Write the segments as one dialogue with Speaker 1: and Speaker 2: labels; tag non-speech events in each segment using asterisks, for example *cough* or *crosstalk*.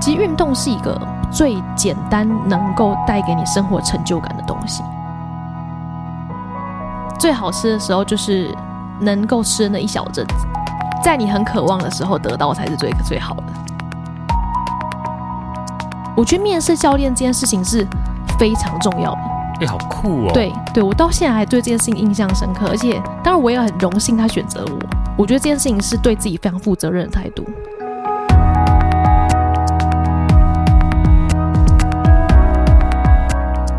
Speaker 1: 其实运动是一个最简单能够带给你生活成就感的东西。最好吃的时候就是能够吃那一小阵子，在你很渴望的时候得到才是最最好的。我觉得面试教练这件事情是非常重要的。
Speaker 2: 哎、好酷哦！，
Speaker 1: 对对，我到现在还对这件事情印象深刻，而且当然我也很荣幸他选择我。我觉得这件事情是对自己非常负责任的态度。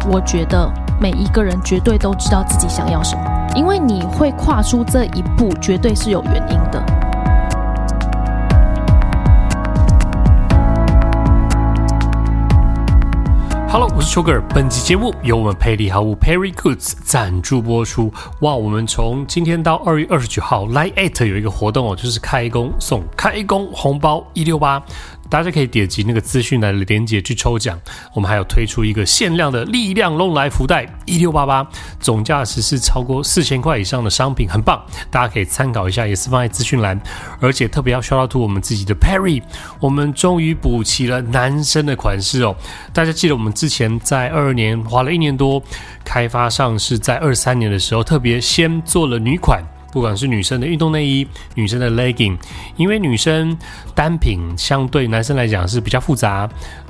Speaker 1: 我觉得每一个人绝对都知道自己想要什么，因为你会跨出这一步，绝对是有原因的。
Speaker 2: Hello，我是秋格尔。本集节目由我们佩利好物 Perry Goods 赞助播出。哇，我们从今天到二月二十九号，Line at 有一个活动哦，就是开工送开工红包一六八，大家可以点击那个资讯栏的链接去抽奖。我们还有推出一个限量的力量弄来福袋一六八八，总价值是超过四千块以上的商品，很棒，大家可以参考一下，也是放在资讯栏。而且特别要 shout out to 我们自己的 Perry，我们终于补齐了男生的款式哦。大家记得我们之前在二二年花了一年多开发上市，在二三年的时候特别先做了女款。不管是女生的运动内衣、女生的 legging，因为女生单品相对男生来讲是比较复杂，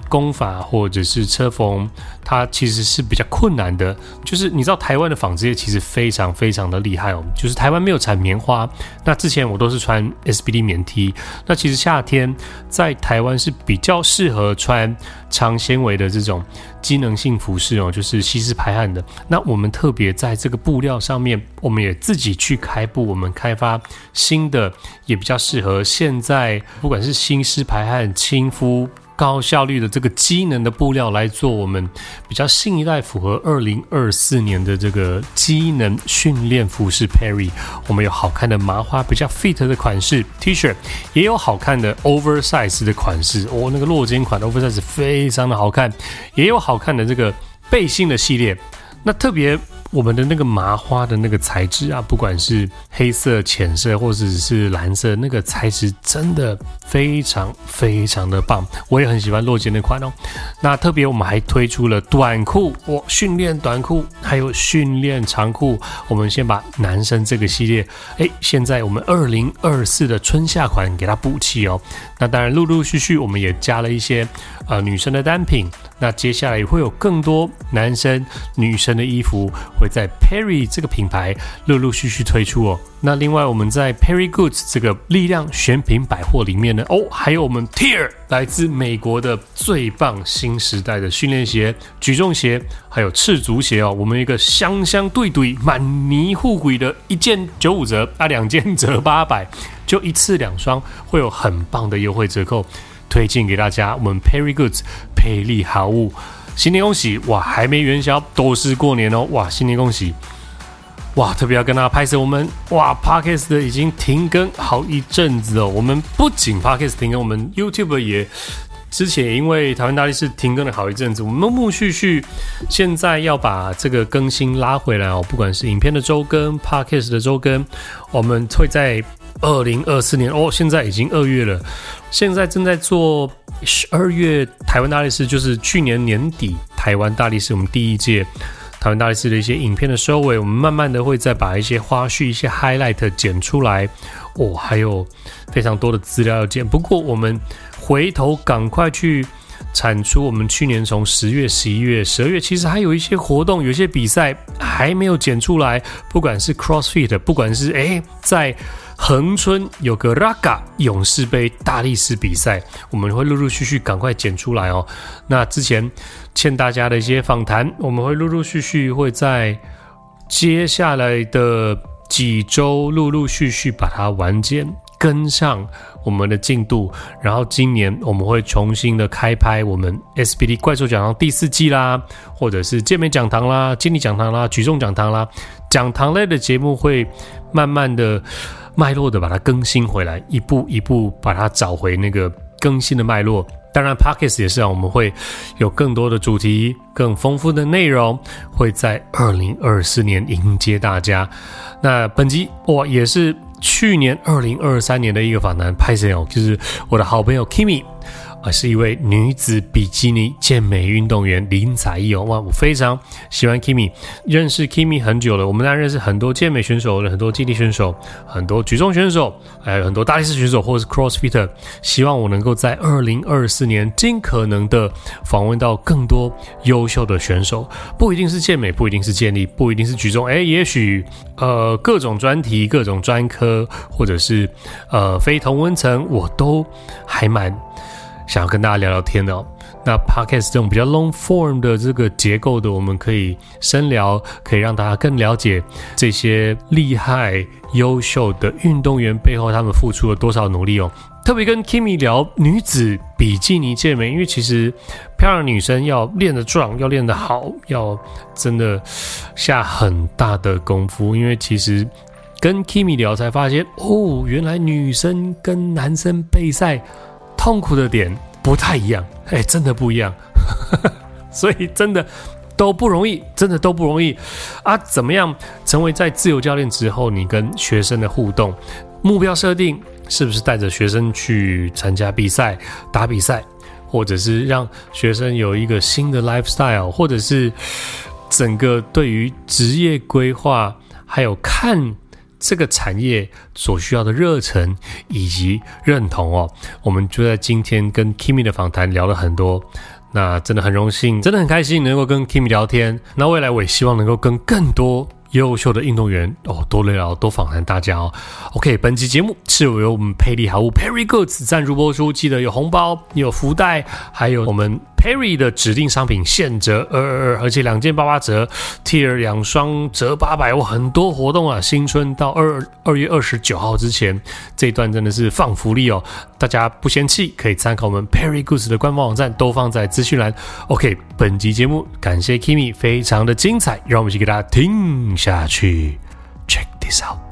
Speaker 2: 工法或者是车缝，它其实是比较困难的。就是你知道台湾的纺织业其实非常非常的厉害哦，就是台湾没有产棉花，那之前我都是穿 SBD 棉 T，那其实夏天在台湾是比较适合穿长纤维的这种机能性服饰哦，就是吸湿排汗的。那我们特别在这个布料上面，我们也自己去开布，我们开发新的，也比较适合现在不管是吸湿排汗、亲肤。高效率的这个机能的布料来做我们比较新一代符合二零二四年的这个机能训练服饰 Perry，我们有好看的麻花比较 fit 的款式 T 恤，也有好看的 oversize 的款式，哦，那个落肩款 oversize 非常的好看，也有好看的这个背心的系列。那特别我们的那个麻花的那个材质啊，不管是黑色、浅色或者是蓝色，那个材质真的非常非常的棒，我也很喜欢落肩那款哦。那特别我们还推出了短裤，我训练短裤，还有训练长裤。我们先把男生这个系列，哎，现在我们二零二四的春夏款给它补齐哦。那当然，陆陆续续我们也加了一些呃女生的单品。那接下来也会有更多男生、女生的衣服会在 Perry 这个品牌陆陆续续推出哦。那另外我们在 Perry Goods 这个力量选品百货里面呢，哦，还有我们 Tier 来自美国的最棒新时代的训练鞋、举重鞋，还有赤足鞋哦。我们有一个香香对对满泥护鬼的一件九五折啊，两件折八百，就一次两双，会有很棒的优惠折扣。推荐给大家我们 Perry Goods 佩利好物。新年恭喜！哇，还没元宵，都是过年哦！哇，新年恭喜！哇，特别要跟大家拍摄，我们哇 Podcast 的已经停更好一阵子哦。我们不仅 Podcast 停更，我们 YouTube 也之前也因为台湾大力士停更了好一阵子，我们陆陆续续现在要把这个更新拉回来哦。不管是影片的周更、Podcast 的周更，我们会在二零二四年哦，现在已经二月了，现在正在做十二月台湾大力士，就是去年年底台湾大力士我们第一届台湾大力士的一些影片的收尾，我们慢慢的会再把一些花絮、一些 highlight 剪出来哦，还有非常多的资料要剪。不过我们回头赶快去产出我们去年从十月、十一月、十二月，其实还有一些活动，有一些比赛还没有剪出来，不管是 CrossFit，不管是诶、在恒春有个 Raga 勇士杯大力士比赛，我们会陆陆续续赶快剪出来哦。那之前欠大家的一些访谈，我们会陆陆续续会在接下来的几周陆陆续续把它完结，跟上我们的进度。然后今年我们会重新的开拍我们 SBD 怪兽讲堂第四季啦，或者是健美讲堂啦、健力讲堂啦、举重讲堂啦，讲堂类的节目会慢慢的、脉络的把它更新回来，一步一步把它找回那个更新的脉络。当然 p o c k e t 也是啊，我们会有更多的主题、更丰富的内容，会在二零二四年迎接大家。那本集哇，也是去年二零二三年的一个访谈拍摄哦，就是我的好朋友 Kimi。啊，是一位女子比基尼健美运动员林采艺哦，哇，我非常喜欢 Kimi，认识 Kimi 很久了，我们当然认识很多健美选手、很多基地选手、很多举重选手，还有很多大力士选手或者是 CrossFitter，希望我能够在二零二四年尽可能的访问到更多优秀的选手，不一定是健美，不一定是健力，不一定是举重，哎，也许呃各种专题、各种专科，或者是呃非同温层，我都还蛮。想要跟大家聊聊天的、哦，那 podcast 这种比较 long form 的这个结构的，我们可以深聊，可以让大家更了解这些厉害、优秀的运动员背后他们付出了多少努力哦。特别跟 Kimi 聊女子比基尼健美，因为其实漂亮女生要练得壮，要练得好，要真的下很大的功夫，因为其实。跟 Kimi 聊才发现哦，原来女生跟男生备赛痛苦的点不太一样，哎、欸，真的不一样， *laughs* 所以真的都不容易，真的都不容易啊！怎么样成为在自由教练之后，你跟学生的互动目标设定，是不是带着学生去参加比赛、打比赛，或者是让学生有一个新的 lifestyle，或者是整个对于职业规划，还有看。这个产业所需要的热忱以及认同哦，我们就在今天跟 Kimi 的访谈聊了很多，那真的很荣幸，真的很开心能够跟 Kimi 聊天。那未来我也希望能够跟更多优秀的运动员哦多聊多访谈大家哦。OK，本期节目是由我们佩利好物 Perry Goods 赞助播出，记得有红包、有福袋，还有我们。Perry 的指定商品现折二二二，而且两件八八折，Tier 两双折八百，哇，很多活动啊！新春到二二月二十九号之前，这一段真的是放福利哦，大家不嫌弃，可以参考我们 Perry Goods 的官方网站，都放在资讯栏。OK，本集节目感谢 Kimi，非常的精彩，让我们一起给大家听下去。Check this out。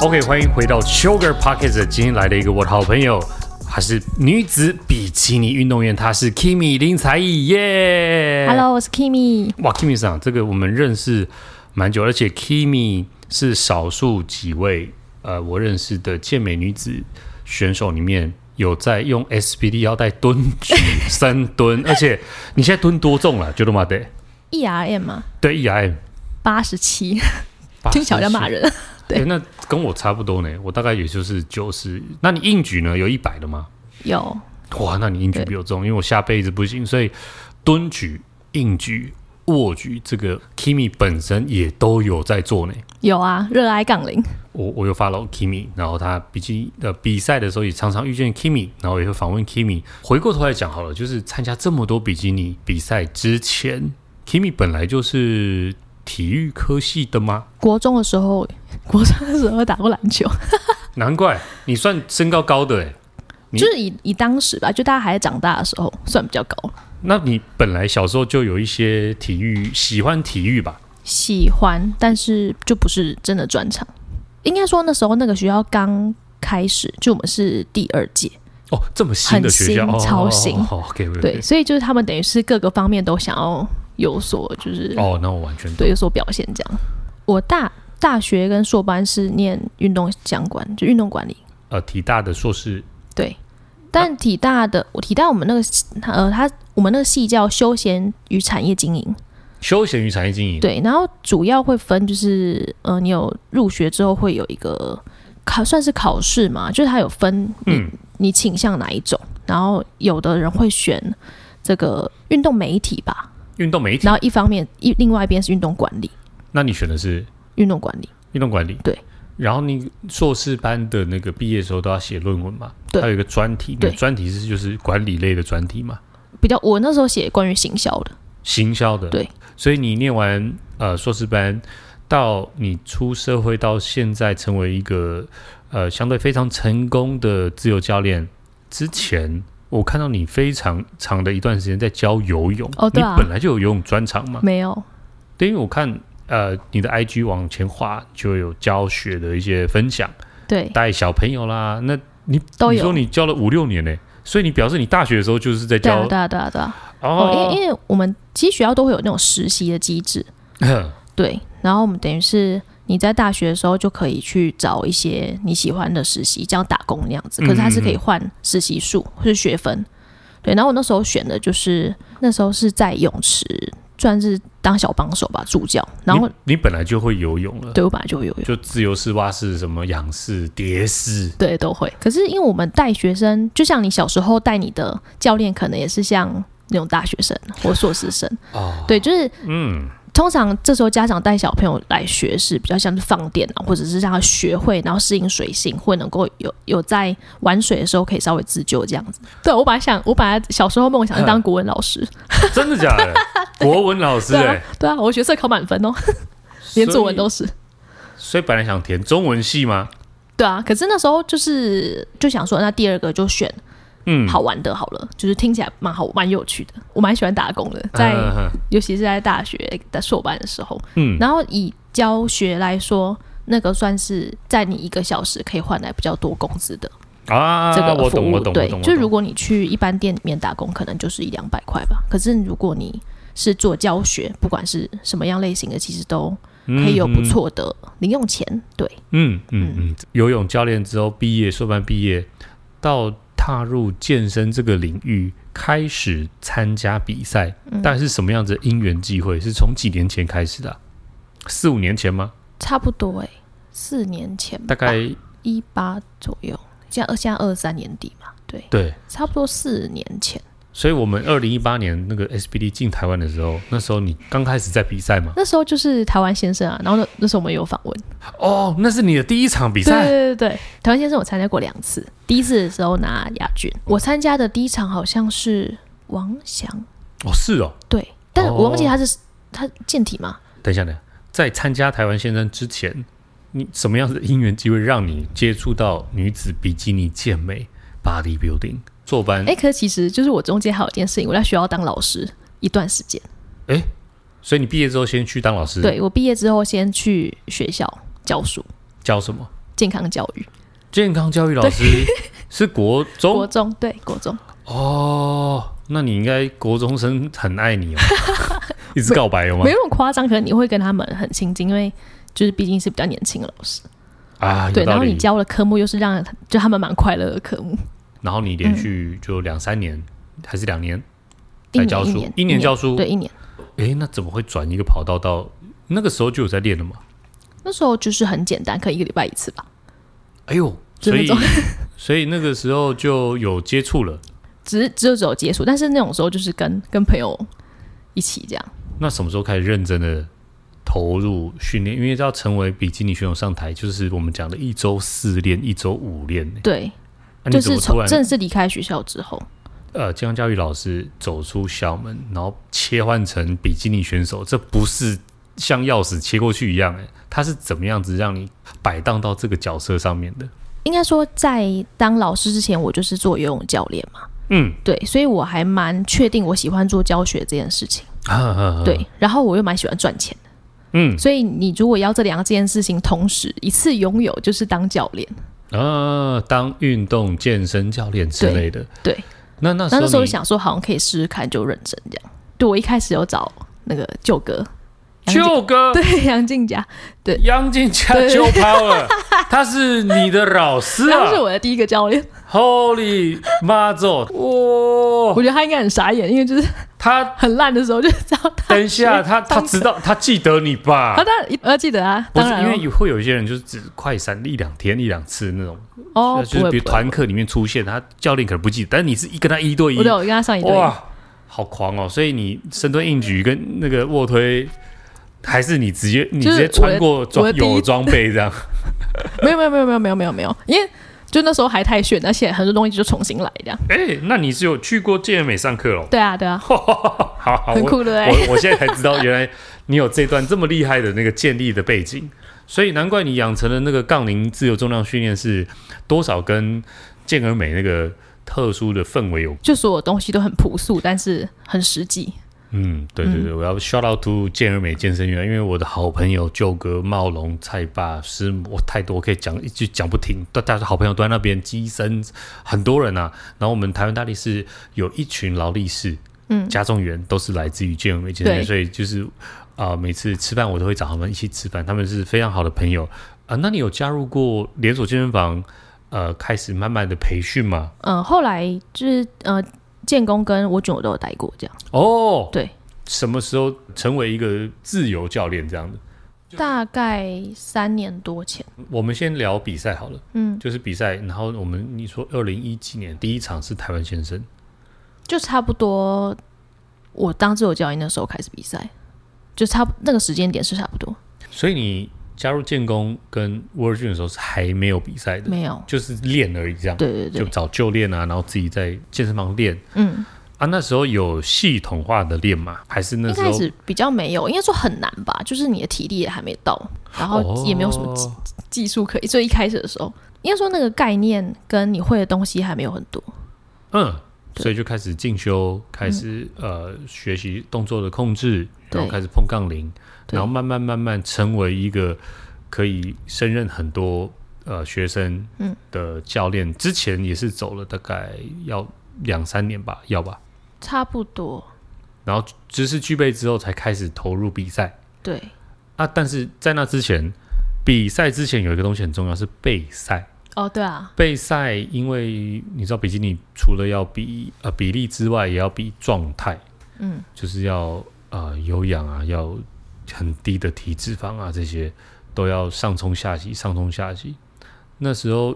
Speaker 2: OK，欢迎回到 Sugar Pocket。今天来了一个我的好朋友，她是女子比基尼运动员，她是 Kimi 林才艺耶。
Speaker 1: Yeah! Hello，我是 Kimi。
Speaker 2: 哇，Kimi 上这个我们认识蛮久，而且 Kimi 是少数几位呃我认识的健美女子选手里面有在用 SPD 腰带蹲举深蹲，
Speaker 1: *laughs*
Speaker 2: 而且你现在蹲多重了？觉得吗？对
Speaker 1: ，ERM 嘛，
Speaker 2: 对 ERM
Speaker 1: 八十七，听起来像骂人。对、
Speaker 2: 欸，那跟我差不多呢，我大概也就是九十。那你硬举呢？有一百的吗？
Speaker 1: 有。
Speaker 2: 哇，那你硬举比我重，因为我下辈子不行，所以蹲举、硬举、卧举，这个 Kimi 本身也都有在做呢。
Speaker 1: 有啊，热爱杠铃。
Speaker 2: 我我有 follow Kimi，然后他比基呃比赛的时候也常常遇见 Kimi，然后也会访问 Kimi。回过头来讲好了，就是参加这么多比基尼比赛之前，Kimi 本来就是。体育科系的吗？
Speaker 1: 国中的时候，国中的时候打过篮球，
Speaker 2: 难怪你算身高高的哎、
Speaker 1: 欸，就是以以当时吧，就大家还长大的时候算比较高。
Speaker 2: 那你本来小时候就有一些体育，喜欢体育吧？
Speaker 1: 喜欢，但是就不是真的专长。应该说那时候那个学校刚开始，就我们是第二届
Speaker 2: 哦，这么新的学校，
Speaker 1: 很新超新，
Speaker 2: 哦、okay, okay, okay.
Speaker 1: 对，所以就是他们等于是各个方面都想要。有所就是
Speaker 2: 哦，那我完全
Speaker 1: 对有所表现这样。我大大学跟硕班是念运动相关，就运动管理。
Speaker 2: 呃，体大的硕士
Speaker 1: 对，但体大的我、啊、体大我们那个呃，它我们那个系叫休闲与产业经营。
Speaker 2: 休闲与产业经营
Speaker 1: 对，然后主要会分就是呃，你有入学之后会有一个考，算是考试嘛，就是它有分你、嗯、你倾向哪一种，然后有的人会选这个运动媒体吧。
Speaker 2: 运动媒体，
Speaker 1: 然后一方面一另外一边是运动管理，
Speaker 2: 那你选的是
Speaker 1: 运动管理，
Speaker 2: 运动管理
Speaker 1: 对。
Speaker 2: 然后你硕士班的那个毕业的时候都要写论文嘛，
Speaker 1: 对，
Speaker 2: 还有一个专题，
Speaker 1: 对，
Speaker 2: 专题是就是管理类的专题嘛。
Speaker 1: 比较我那时候写关于行销的，
Speaker 2: 行销的
Speaker 1: 对。
Speaker 2: 所以你念完呃硕士班到你出社会到现在成为一个呃相对非常成功的自由教练之前。我看到你非常长的一段时间在教游泳，
Speaker 1: 哦，对
Speaker 2: 啊，你本来就有游泳专长吗？
Speaker 1: 没有，
Speaker 2: 对，因为我看呃你的 IG 往前滑就有教学的一些分享，
Speaker 1: 对，
Speaker 2: 带小朋友啦，那你
Speaker 1: 都
Speaker 2: 有，你说你教了五六年呢、欸，所以你表示你大学的时候就是
Speaker 1: 对
Speaker 2: 在教
Speaker 1: 啊，对啊，对啊，对啊。哦，因为
Speaker 2: 哦，
Speaker 1: 因为我们其实学校都会有那种实习的机制，
Speaker 2: *coughs*
Speaker 1: 对。然后我们等于是你在大学的时候就可以去找一些你喜欢的实习，这样打工那样子。可是它是可以换实习数或是学分，对。然后我那时候选的就是那时候是在泳池，算是当小帮手吧，助教。然后
Speaker 2: 你你本来就会游泳了，
Speaker 1: 对我本来就会游泳，
Speaker 2: 就自由式、蛙式、什么仰式、蝶式，
Speaker 1: 对，都会。可是因为我们带学生，就像你小时候带你的教练，可能也是像那种大学生或硕士生，
Speaker 2: 哦，
Speaker 1: 对，就是
Speaker 2: 嗯，
Speaker 1: 通常这时候家长带小朋友来学是比较像是放电啊，或者是让他学会，然后适应水性，会能够有有在玩水的时候可以稍微自救这样子。对我本来想，我本来小时候梦想是当国文老
Speaker 2: *laughs*
Speaker 1: 师，
Speaker 2: 真的假的？国文老
Speaker 1: *laughs*
Speaker 2: 师
Speaker 1: 对
Speaker 2: 哎、
Speaker 1: 啊，对啊，我学测考满分哦，连作文都是。
Speaker 2: 所以，所以本来想填中文系吗？
Speaker 1: 对啊，可是那时候就是就想说，那第二个就选
Speaker 2: 嗯，
Speaker 1: 好玩的好了，就是听起来蛮好蛮有趣的，我蛮喜欢打工的，在、
Speaker 2: 嗯
Speaker 1: 尤其是在大学的硕班的时候，
Speaker 2: 嗯
Speaker 1: 然后以教学来说，那个算是在你一个小时可以换来比较多工资的
Speaker 2: 啊，
Speaker 1: 这个
Speaker 2: 我
Speaker 1: 服务。
Speaker 2: 懂，我懂，我
Speaker 1: 对
Speaker 2: 懂，，
Speaker 1: 就
Speaker 2: 我懂
Speaker 1: 如果你去一般店里面打工，可能就是一两百块吧。可是如果你是做教学，不管是什么样类型的，其实都可以有不错的零用钱。对，
Speaker 2: 嗯嗯嗯，游泳教练之后毕业，硕班毕业，到踏入健身这个领域，开始参加比赛，大概是什么样子的因缘际会？是从几年前开始的啊、四五年前吗？
Speaker 1: 差不多诶、四年前吧
Speaker 2: 大概
Speaker 1: 一八左右，现在二现在二三年底嘛，对，
Speaker 2: 对，
Speaker 1: 差不多四年前。
Speaker 2: 所以我们二零一八年那个 SBD 进台湾的时候，那时候你刚开始在比赛嘛？
Speaker 1: 那时候就是台湾先生啊，然后那那时候我们有访问。
Speaker 2: 哦，那是你的第一场比
Speaker 1: 对
Speaker 2: 赛，
Speaker 1: 对对对，台湾先生我参加过两次，第一次的时候拿亚军，我参加的第一场好像是王翔，
Speaker 2: 哦，是哦。
Speaker 1: 对，但
Speaker 2: 哦
Speaker 1: 我忘记他是、他健体嘛，
Speaker 2: 等一下，等一下，在参加台湾先生之前，你什么样子的因缘机会让你接触到女子比基尼健美 body building 坐班？
Speaker 1: 哎、可是其实就是我中间还有一件事情，我在学校当老师一段时间，
Speaker 2: 所以你毕业之后先去当老师，，
Speaker 1: 对我毕业之后先去学校教书，
Speaker 2: 教什么？
Speaker 1: 健康教育，
Speaker 2: 嗯健康教育老师 *laughs* 是国
Speaker 1: 国
Speaker 2: 中
Speaker 1: 中对国中，
Speaker 2: 哦，那你应该国中生很爱
Speaker 1: *laughs*
Speaker 2: 你哦，一直告白有吗
Speaker 1: 没？有那么夸张，可能你会跟他们很亲近，因为就是毕竟是比较年轻的老师，
Speaker 2: 啊，有
Speaker 1: 对，然
Speaker 2: 道
Speaker 1: 后你
Speaker 2: 理。
Speaker 1: 教的科目又是让就他们蛮快乐的科目，
Speaker 2: 然后你连续就两三年、还是两年
Speaker 1: 嗯一
Speaker 2: 在
Speaker 1: 年
Speaker 2: 教
Speaker 1: 一
Speaker 2: 书
Speaker 1: 年，
Speaker 2: 一年教书，
Speaker 1: 对一年。
Speaker 2: 诶，那怎么会转一个跑道到那个时候就有在练了吗？
Speaker 1: 那时候就是很简单，可能一个礼拜一次吧，
Speaker 2: 哎呦，
Speaker 1: 就
Speaker 2: 所
Speaker 1: 那
Speaker 2: 以
Speaker 1: 种
Speaker 2: *laughs* 所以那个时候就有接触了。
Speaker 1: 只是只有只有接触，但是那种时候就是跟跟朋友一起这样。
Speaker 2: 那什么时候开始认真的投入训练？因为要成为比基尼选手上台，就是我们讲的一周四练、一周五练。
Speaker 1: 对，
Speaker 2: 那、
Speaker 1: 就
Speaker 2: 你怎
Speaker 1: 是
Speaker 2: 么突
Speaker 1: 从
Speaker 2: 然
Speaker 1: 正式离开学校之后，
Speaker 2: 呃，健康教育老师走出校门，然后切换成比基尼选手？这不是像钥匙切过去一样、哎，他是怎么样子让你摆荡到这个角色上面
Speaker 1: *laughs*
Speaker 2: 的？
Speaker 1: 应该说在当老师之前，我就是做游泳教练嘛。
Speaker 2: 嗯，
Speaker 1: 对，所以我还蛮确定我喜欢做教学这件事情。
Speaker 2: 啊啊啊
Speaker 1: 对，然后我又蛮喜欢赚钱的。
Speaker 2: 嗯
Speaker 1: 所以你如果要这两件事情同时一次拥有，就是当教练。
Speaker 2: 啊，当运动健身教练之
Speaker 1: 对
Speaker 2: 类的。
Speaker 1: 对，
Speaker 2: 那那时
Speaker 1: 那
Speaker 2: 候
Speaker 1: 那时候
Speaker 2: 哦你
Speaker 1: 想说，好像可以试试看，就认真这样。对我一开始有找那个舅哥，
Speaker 2: 哦
Speaker 1: 杨静
Speaker 2: 舅哥
Speaker 1: 对 *laughs* 杨静佳，
Speaker 2: 杨金家
Speaker 1: 对
Speaker 2: 舅
Speaker 1: *laughs*
Speaker 2: 抛了，他是你的老师
Speaker 1: 他
Speaker 2: 啊
Speaker 1: 是我的第一个教练，
Speaker 2: ！Holy 妈祖，哇、
Speaker 1: 我觉得他应该很傻眼，因为就是
Speaker 2: 他
Speaker 1: 很烂的时候就知道他。
Speaker 2: 等一下，他他知道，他记得你吧
Speaker 1: 他？当然要记得啊，
Speaker 2: 啊不
Speaker 1: 当
Speaker 2: 是，
Speaker 1: 然
Speaker 2: 因
Speaker 1: 哦
Speaker 2: 为有会有一些人就是只快闪一两天、一两次那种，
Speaker 1: 哦，
Speaker 2: 就
Speaker 1: 不
Speaker 2: 是
Speaker 1: 会不
Speaker 2: 比如
Speaker 1: 会，
Speaker 2: 团课里面出现，他教练可能不记得，但是你是一跟他一对一
Speaker 1: 我，都有跟他上一对一，
Speaker 2: 哇，好狂哦！所以你深蹲、硬举跟那个卧推，还是你直接你
Speaker 1: 就
Speaker 2: 直
Speaker 1: 是
Speaker 2: 接穿过
Speaker 1: 我
Speaker 2: 装
Speaker 1: 的第一
Speaker 2: 有装备这样？ *laughs*
Speaker 1: 没有没有没有没有没有没有没有，因为就那时候还太炫，而且很多东西就重新来这样。
Speaker 2: 哎、那你是有去过健美上课哦？
Speaker 1: 对啊对啊，
Speaker 2: 好好，
Speaker 1: 很
Speaker 2: 我
Speaker 1: 酷对不对
Speaker 2: 我我现在才知道，原来你有这段这么厉害的那个建立的背景，所以难怪你养成的那个杠铃自由重量训练是多少跟健儿美那个特殊的氛围有
Speaker 1: 就所有东西都很朴素，但是很实际。
Speaker 2: 嗯，对对对，我要 shout out to 健而美健身院，因为我的好朋友舅哥、茂龙、蔡爸、师母，哇太多，我可以讲一句讲不停。大大家好朋友都在那边，机身很多人啊。然后我们台湾大力士有一群劳力士，嗯，家众员都是来自于健而美健身院，
Speaker 1: 对
Speaker 2: 所以就是啊、每次吃饭我都会找他们一起吃饭，他们是非常好的朋友啊、那你有加入过连锁健身房？呃，开始慢慢的培训吗？
Speaker 1: 嗯，后来就是呃，建工跟我卷我都有待过，这样
Speaker 2: 哦，
Speaker 1: 对，
Speaker 2: 什么时候成为一个自由教练这样的？
Speaker 1: 大概三年多前，
Speaker 2: 我们先聊比赛好了，
Speaker 1: 嗯，
Speaker 2: 就是比赛，然后我们你说二零一七年第一场是台湾先生，
Speaker 1: 就差不多我当自由教练那时候开始比赛，就差不那个时间点是差不多，
Speaker 2: 所以你加入建工跟 Virgin 的时候是还没有比赛的，
Speaker 1: 没有，
Speaker 2: 就是练而已，这样，
Speaker 1: 对对
Speaker 2: 就
Speaker 1: 对，
Speaker 2: 找教练啊，然后自己在健身房练
Speaker 1: 嗯，
Speaker 2: 啊。那时候有系统化的练吗？还是那
Speaker 1: 一
Speaker 2: 时
Speaker 1: 开
Speaker 2: 候
Speaker 1: 始比较没有，应该说很难吧，就是你的体力也还没到，然后也没有什么技
Speaker 2: 哦
Speaker 1: 技术可以，所以一开始的时候，应该说那个概念跟你会的东西还没有很多，对
Speaker 2: 嗯，
Speaker 1: 嗯
Speaker 2: 所以就开始进修，开始、呃学习动作的控制，然
Speaker 1: 对
Speaker 2: 后开始碰杠铃，
Speaker 1: 对
Speaker 2: 然后慢慢慢慢成为一个可以胜任很多呃学生
Speaker 1: 嗯
Speaker 2: 的教练。之前也是走了大概要两三年吧，要吧。
Speaker 1: 差不多，
Speaker 2: 然后知识具备之后，才开始投入比赛
Speaker 1: 对，
Speaker 2: 啊。但是在那之前，比赛之前有一个东西很重要，是备赛。
Speaker 1: 哦，对啊，
Speaker 2: 备赛，因为你知道比基尼除了要比呃比例之外，也要比状态，
Speaker 1: 嗯，
Speaker 2: 就是要呃有氧啊，要很低的体脂肪啊，这些都要上冲下洗，上冲下洗。那时候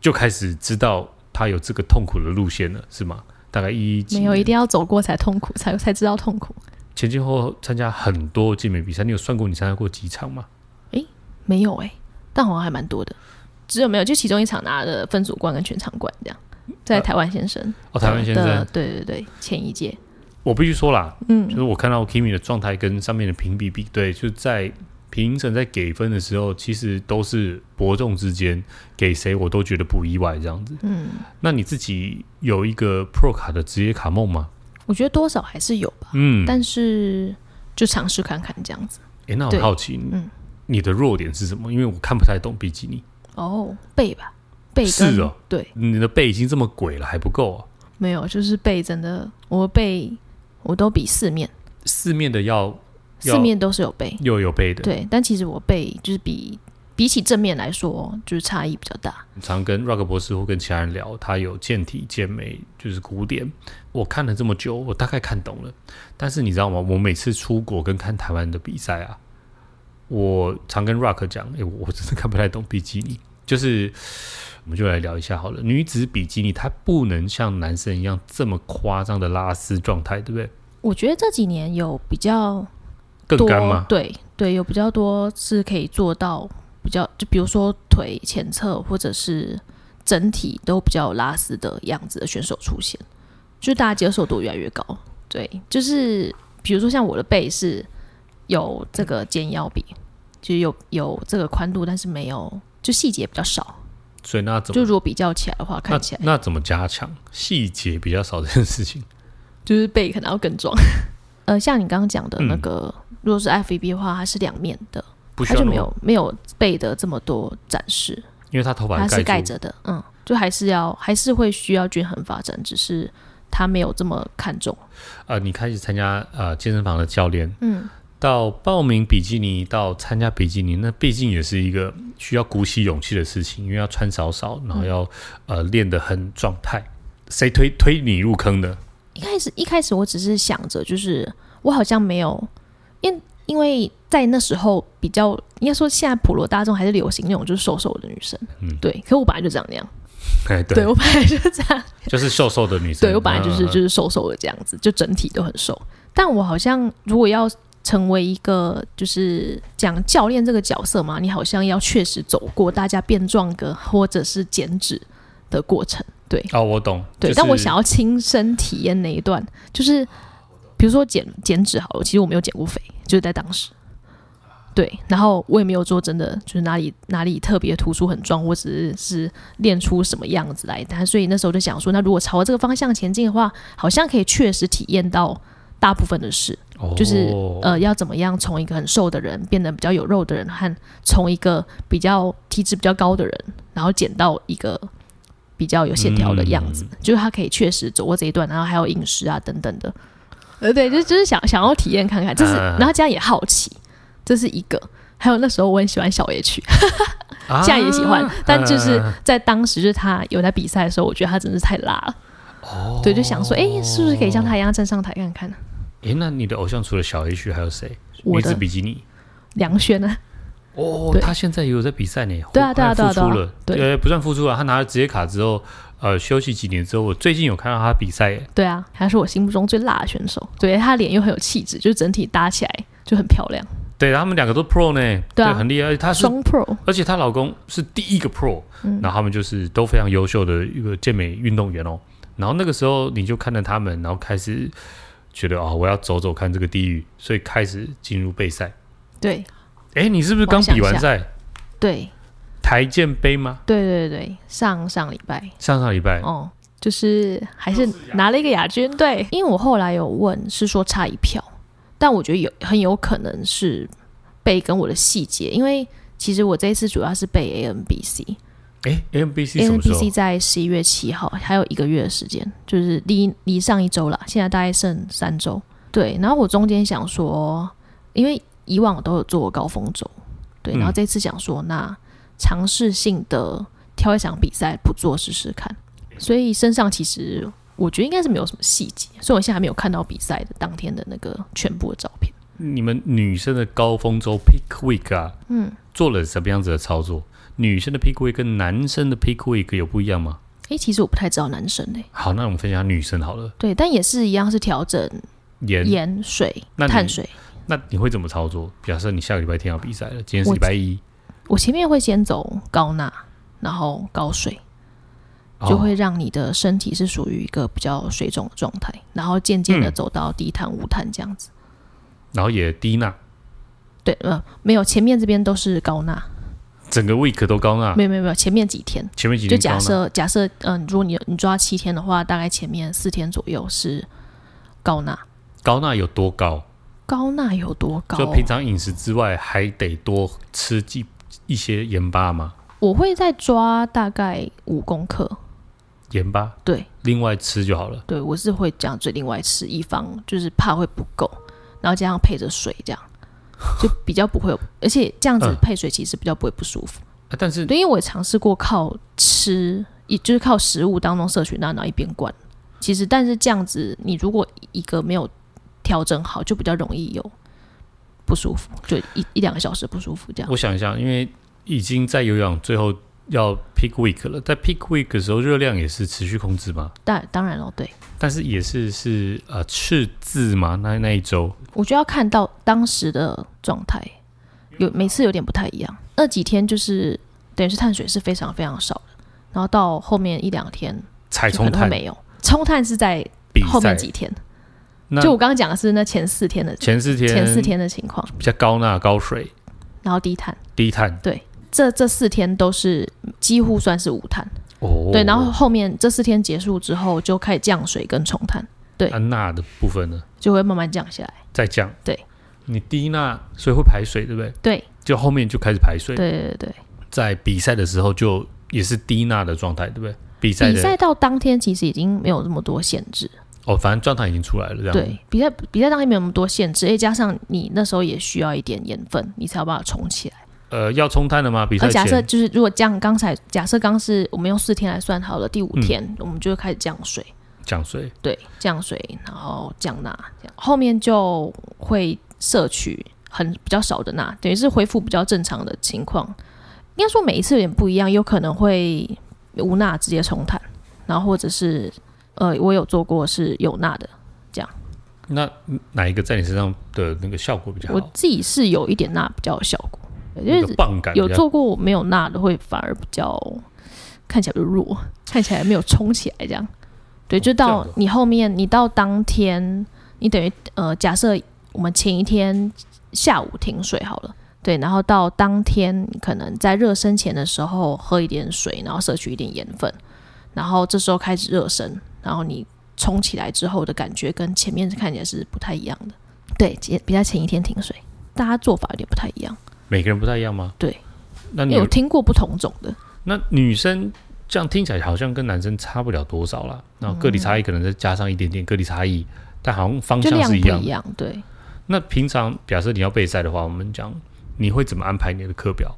Speaker 2: 就开始知道他有这个痛苦的路线了，是吗？大概一几
Speaker 1: 没有，
Speaker 2: 年
Speaker 1: 一定要走过才痛苦，才才知道痛苦。
Speaker 2: 前前后后参加很多健美比赛，你有算过你参加过几场吗？
Speaker 1: 没有哎、但好像还蛮多的。只有没有，就其中一场拿了分组冠跟全场冠这样，在台湾先生
Speaker 2: 啊哦，台湾先
Speaker 1: 的
Speaker 2: 生，
Speaker 1: 对对对前一届，
Speaker 2: 我必须说啦，
Speaker 1: 嗯
Speaker 2: 就是我看到 Kimi 的状态跟上面的评比比对，就在评审在给分的时候，其实都是伯仲之间，给谁我都觉得不意外这样子。
Speaker 1: 嗯，
Speaker 2: 那你自己有一个 Pro 卡的职业卡梦吗？
Speaker 1: 我觉得多少还是有吧，
Speaker 2: 嗯，
Speaker 1: 但是就尝试看看这样子。
Speaker 2: 诶那我
Speaker 1: 对
Speaker 2: 好奇，
Speaker 1: 嗯
Speaker 2: 你的弱点是什么？因为我看不太懂比基尼，
Speaker 1: 哦，背吧，背跟
Speaker 2: 是哦
Speaker 1: 对，
Speaker 2: 你的背已经这么鬼了还不够、啊，
Speaker 1: 没有，就是背真的，我背我都比四面，
Speaker 2: 四面的要要
Speaker 1: 四面都是有背，
Speaker 2: 又有背的，，
Speaker 1: 对，但其实我背就是比比起正面来说，就是差异比较大。
Speaker 2: 常跟 Rock 博士或跟其他人聊，他有健体、健美，就是古典。我看了这么久，我大概看懂了。但是你知道吗？我每次出国跟看台湾的比赛啊，我常跟 Rock 讲，哎、我真的看不太懂比基尼。就是，我们就来聊一下好了。女子比基尼它不能像男生一样这么夸张的拉丝状态，对不对？
Speaker 1: 我觉得这几年有比较
Speaker 2: 更
Speaker 1: 多
Speaker 2: 干吗？
Speaker 1: 对对，有比较多是可以做到比较，就比如说腿前侧或者是整体都比较有拉丝的样子的选手出现，就是大家接受度越来越高。对，就是比如说像我的背是有这个肩腰比，就是有有这个宽度，但是没有就细节比较少。
Speaker 2: 所以那怎
Speaker 1: 就
Speaker 2: 么
Speaker 1: 如果比较起来的话，看起来
Speaker 2: 那那怎么加强细节比较少这件事情？
Speaker 1: 就是背可能要更壮。 *laughs* 呃，像你刚刚讲的那
Speaker 2: 嗯
Speaker 1: 个，如果是 FVB 的话，它是两面的。
Speaker 2: 不需
Speaker 1: 他
Speaker 2: 要
Speaker 1: 就
Speaker 2: 那么
Speaker 1: 没有没有背的这么多展示，
Speaker 2: 因为他头发
Speaker 1: 它是盖
Speaker 2: 住
Speaker 1: 着的，嗯，就还是要还是会需要均衡发展，只是他没有这么看重，
Speaker 2: 呃，你开始参加呃健身房的教练，
Speaker 1: 嗯，
Speaker 2: 到报名比基尼，到参加比基尼，那毕竟也是一个需要鼓起勇气的事情，因为要穿少少，然后要、
Speaker 1: 嗯
Speaker 2: 呃练得很状态。谁推推你入坑的？ *laughs*
Speaker 1: 一开始一开始我只是想着，就是我好像没有，因因为在那时候比较应该说现在普罗大众还是流行那种就是瘦瘦的女生，
Speaker 2: 嗯
Speaker 1: 对，可我本来就长那样，
Speaker 2: 哎，对，
Speaker 1: 对我本来就这样，
Speaker 2: 就是瘦瘦的女生。
Speaker 1: 对我本来就是
Speaker 2: 嗯
Speaker 1: 就是瘦瘦的这样子，就整体都很瘦。但我好像如果要成为一个就是讲教练这个角色嘛，你好像要确实走过大家变壮个或者是减脂的过程，对
Speaker 2: 哦，我懂。
Speaker 1: 对。
Speaker 2: 就是
Speaker 1: 但我想要亲身体验那一段，就是比如说减减脂好了，其实我没有减过肥，就是在当时。对，然后我也没有做真的，就是哪里哪里特别突出很壮，我只是是练出什么样子来。但所以那时候就想说，那如果朝这个方向前进的话，好像可以确实体验到大部分的事，
Speaker 3: 哦
Speaker 1: 就是、呃要怎么样从一个很瘦的人变得比较有肉的人，和从一个比较体脂比较高的人，然后减到一个比较有线条的样子，
Speaker 3: 嗯
Speaker 1: 就是他可以确实走过这一段，然后还有饮食啊等等的，呃对，就就是想想要体验看看，这是、
Speaker 3: 嗯
Speaker 1: 然后加上也好奇，这是一个。还有那时候我很喜欢小野区，
Speaker 3: 啊
Speaker 1: 现在也喜欢，但就是
Speaker 3: 嗯
Speaker 1: 在当时就是他有在比赛的时候，我觉得他真的是太辣了，
Speaker 3: 哦
Speaker 1: 对，就想说，哎、是不是可以像他一样站上台看看？
Speaker 2: 诶，那你的偶像除了小 H 还有谁？
Speaker 1: 我
Speaker 2: 女子
Speaker 1: 的
Speaker 2: 比基尼。
Speaker 1: 梁轩呢？
Speaker 2: 哦，
Speaker 1: 对
Speaker 2: 他现在也有在比赛呢。
Speaker 1: 对啊
Speaker 2: 他还
Speaker 1: 对啊对啊
Speaker 2: 复出
Speaker 1: 对啊
Speaker 2: 了，
Speaker 1: 对
Speaker 2: 呃，不算复出啊，他拿了职业卡之后，呃，休息几年之后，我最近有看到他比赛耶，
Speaker 1: 对啊，他是我心目中最辣的选手，对他脸又很有气质，就是整体搭起来就很漂亮，
Speaker 2: 对他们两个都 Pro 呢，
Speaker 1: 对啊
Speaker 2: 很厉害。而且他是，
Speaker 1: 双 Pro。
Speaker 2: 而且她老公是第一个 Pro，
Speaker 1: 嗯
Speaker 2: 然后他们就是都非常优秀的一个健美运动员哦。然后那个时候你就看着他们，然后开始觉得哦，我要走走看这个地狱，所以开始进入备赛。
Speaker 1: 对
Speaker 2: 诶，你是不是
Speaker 1: 我要
Speaker 2: 刚
Speaker 1: 想
Speaker 2: 比
Speaker 1: 一
Speaker 2: 完
Speaker 1: 下
Speaker 2: 赛？
Speaker 1: 对
Speaker 2: 台健杯吗？
Speaker 1: 对对对，上上礼拜
Speaker 2: 上上礼拜，
Speaker 1: 哦，就是还是拿了一个亚军。对，因为我后来有问，是说差一票，但我觉得有很有可能是背跟我的细节，因为其实我这一次主要是背 A N B C，
Speaker 2: 诶 m b c 什么时候
Speaker 1: NPC 在十一月七号，还有一个月的时间，就是离离上一周啦，现在大概剩三周。对，然后我中间想说，因为以往我都有做过高峰周，对，
Speaker 2: 嗯
Speaker 1: 然后这次想说，那尝试性的挑一场比赛不做试试看，所以身上其实我觉得应该是没有什么细节，所以我现在还没有看到比赛的当天的那个全部的照片。
Speaker 2: 你们女生的高峰周 peak week 啊，嗯，做了什么样子的操作？女生的 peak week 跟男生的 peak week 有不一样吗？
Speaker 1: 诶，其实我不太知道男生诶、
Speaker 2: 好，那我们分享女生好了，
Speaker 1: 对，但也是一样是调整
Speaker 2: 盐。
Speaker 1: 盐水、
Speaker 2: 那你
Speaker 1: 碳水。
Speaker 2: 那你会怎么操作？假设你下个礼拜天要比赛了，今天是
Speaker 1: 我
Speaker 2: 礼拜一，
Speaker 1: 我前面会先走高钠，然后高水，就会
Speaker 2: 哦、
Speaker 1: 让你的身体是属于一个比较水肿的状态，然后渐渐的
Speaker 2: 嗯
Speaker 1: 走到低碳、无碳这样子。
Speaker 2: 然后也低钠，
Speaker 1: 对，呃，没有，前面这边都是高钠，
Speaker 2: 啊整个 week 都高钠
Speaker 1: 没，有没有没有，前面几天
Speaker 2: 前面几
Speaker 1: 嗯就
Speaker 2: 天
Speaker 1: 假
Speaker 2: 高钠，
Speaker 1: 设假设，嗯、如果你你抓七天的话，大概前面四天左右是高钠，
Speaker 2: 高钠有多高？
Speaker 1: 高钠有多高？啊
Speaker 2: 就平常饮食之外，还得多吃几一些盐巴嘛，
Speaker 1: 我会再抓大概五公克，
Speaker 2: 盐巴
Speaker 1: 对，
Speaker 2: 另外吃就好了。
Speaker 1: 对，我是会这样最另外吃，以防就是怕会不够，然后加上配着水这样，就比较不会有，而且这样子
Speaker 2: 嗯
Speaker 1: 配水其实比较不会不舒服。
Speaker 2: 啊但是
Speaker 1: 对，因为我也尝试过靠吃，也就是靠食物当中摄取钠，然后一边灌。其实，但是这样子，你如果一个没有调整好，就比较容易有不舒服，就一一两个小时不舒服这样。
Speaker 2: 我想一下，因为已经在有氧最后要 peak week 了，在 peak week 的时候热量也是持续控制嘛，
Speaker 1: 但当然了，对
Speaker 2: 但是也是是呃赤字嘛，那那一周
Speaker 1: 我就要看到当时的状态，
Speaker 2: 嗯
Speaker 1: 有每次有点不太一样。那几天就是等于是碳水是非常非常少的，然后到后面一两天
Speaker 2: 才
Speaker 1: 就可
Speaker 2: 冲
Speaker 1: 能会
Speaker 2: 碳
Speaker 1: 没有冲碳是在
Speaker 2: 比
Speaker 1: 后面
Speaker 2: 赛，
Speaker 1: 几天。
Speaker 2: 那
Speaker 1: 就我刚刚讲的是那前四天的
Speaker 2: 前四天
Speaker 1: 前四天的情况，
Speaker 2: 比较高钠高水
Speaker 1: 然后低碳，
Speaker 2: 低碳
Speaker 1: 这这四天都是几乎算是无碳。
Speaker 2: 哦，
Speaker 1: 对，然后后面这四天结束之后就开始降水跟冲碳，对
Speaker 2: 安钠的部分呢
Speaker 1: 就会慢慢降下来。
Speaker 2: 再降，
Speaker 1: 对，
Speaker 2: 你低钠所以会排水对不对？
Speaker 1: 对
Speaker 2: 就后面就开始排水，
Speaker 1: 对对对
Speaker 2: 在比赛的时候就也是低钠的状态对不对？比赛
Speaker 1: 对，比
Speaker 2: 的
Speaker 1: 赛到当天其实已经没有那么多限制。
Speaker 2: 哦，反正状态已经出来了这样，
Speaker 1: 对，比赛比赛当然没有那么多限制，而且加上你那时候也需要一点盐分，你才有办法冲起来。
Speaker 2: 呃，要冲碳了吗？比赛
Speaker 1: 而假设
Speaker 2: 前
Speaker 1: 就是如果降，刚才假设刚是我们用四天来算好了，第五
Speaker 2: 嗯
Speaker 1: 天、我们就会开始降水，
Speaker 2: 降水
Speaker 1: 对，降水，然后降钠，这样后面就会摄取很比较少的钠，等于是恢复比较正常的情况。应该说每一次有点不一样，有可能会无钠直接冲碳，然后或者是呃，我有做过是有钠的，
Speaker 2: 那哪一个在你身上的那个效果比较
Speaker 1: 我
Speaker 2: 好？
Speaker 1: 自己是有一点钠比较有效果，对因
Speaker 2: 那
Speaker 1: 为
Speaker 2: 个棒感比较
Speaker 1: 有做过没有钠的会反而比较看起来比较弱，看起来没有冲起来这样。对，就
Speaker 2: 这样
Speaker 1: 到
Speaker 2: 子哦
Speaker 1: 你后面，你到当天，你等于呃，假设我们前一天下午停水好了，对，然后到当天你可能在热身前的时候喝一点水，然后摄取一点盐分，然后这时候开始热身，然后你冲起来之后的感觉跟前面看起来是不太一样的。对，前比较前一天停水，大家做法有点不太一样。
Speaker 2: 每个人不太一样吗？
Speaker 1: 对。
Speaker 2: 那
Speaker 1: 因
Speaker 2: 你
Speaker 1: 为我听过不同种的，
Speaker 2: 那女生这样听起来好像跟男生差不了多少啦，然
Speaker 1: 嗯
Speaker 2: 后个体差异可能再加上一点点个体差异，但好像方
Speaker 1: 就
Speaker 2: 向
Speaker 1: 量
Speaker 2: 是一
Speaker 1: 不
Speaker 2: 样
Speaker 1: 一。样。对，
Speaker 2: 那平常假设你要备赛的话，我们讲你会怎么安排你的课表？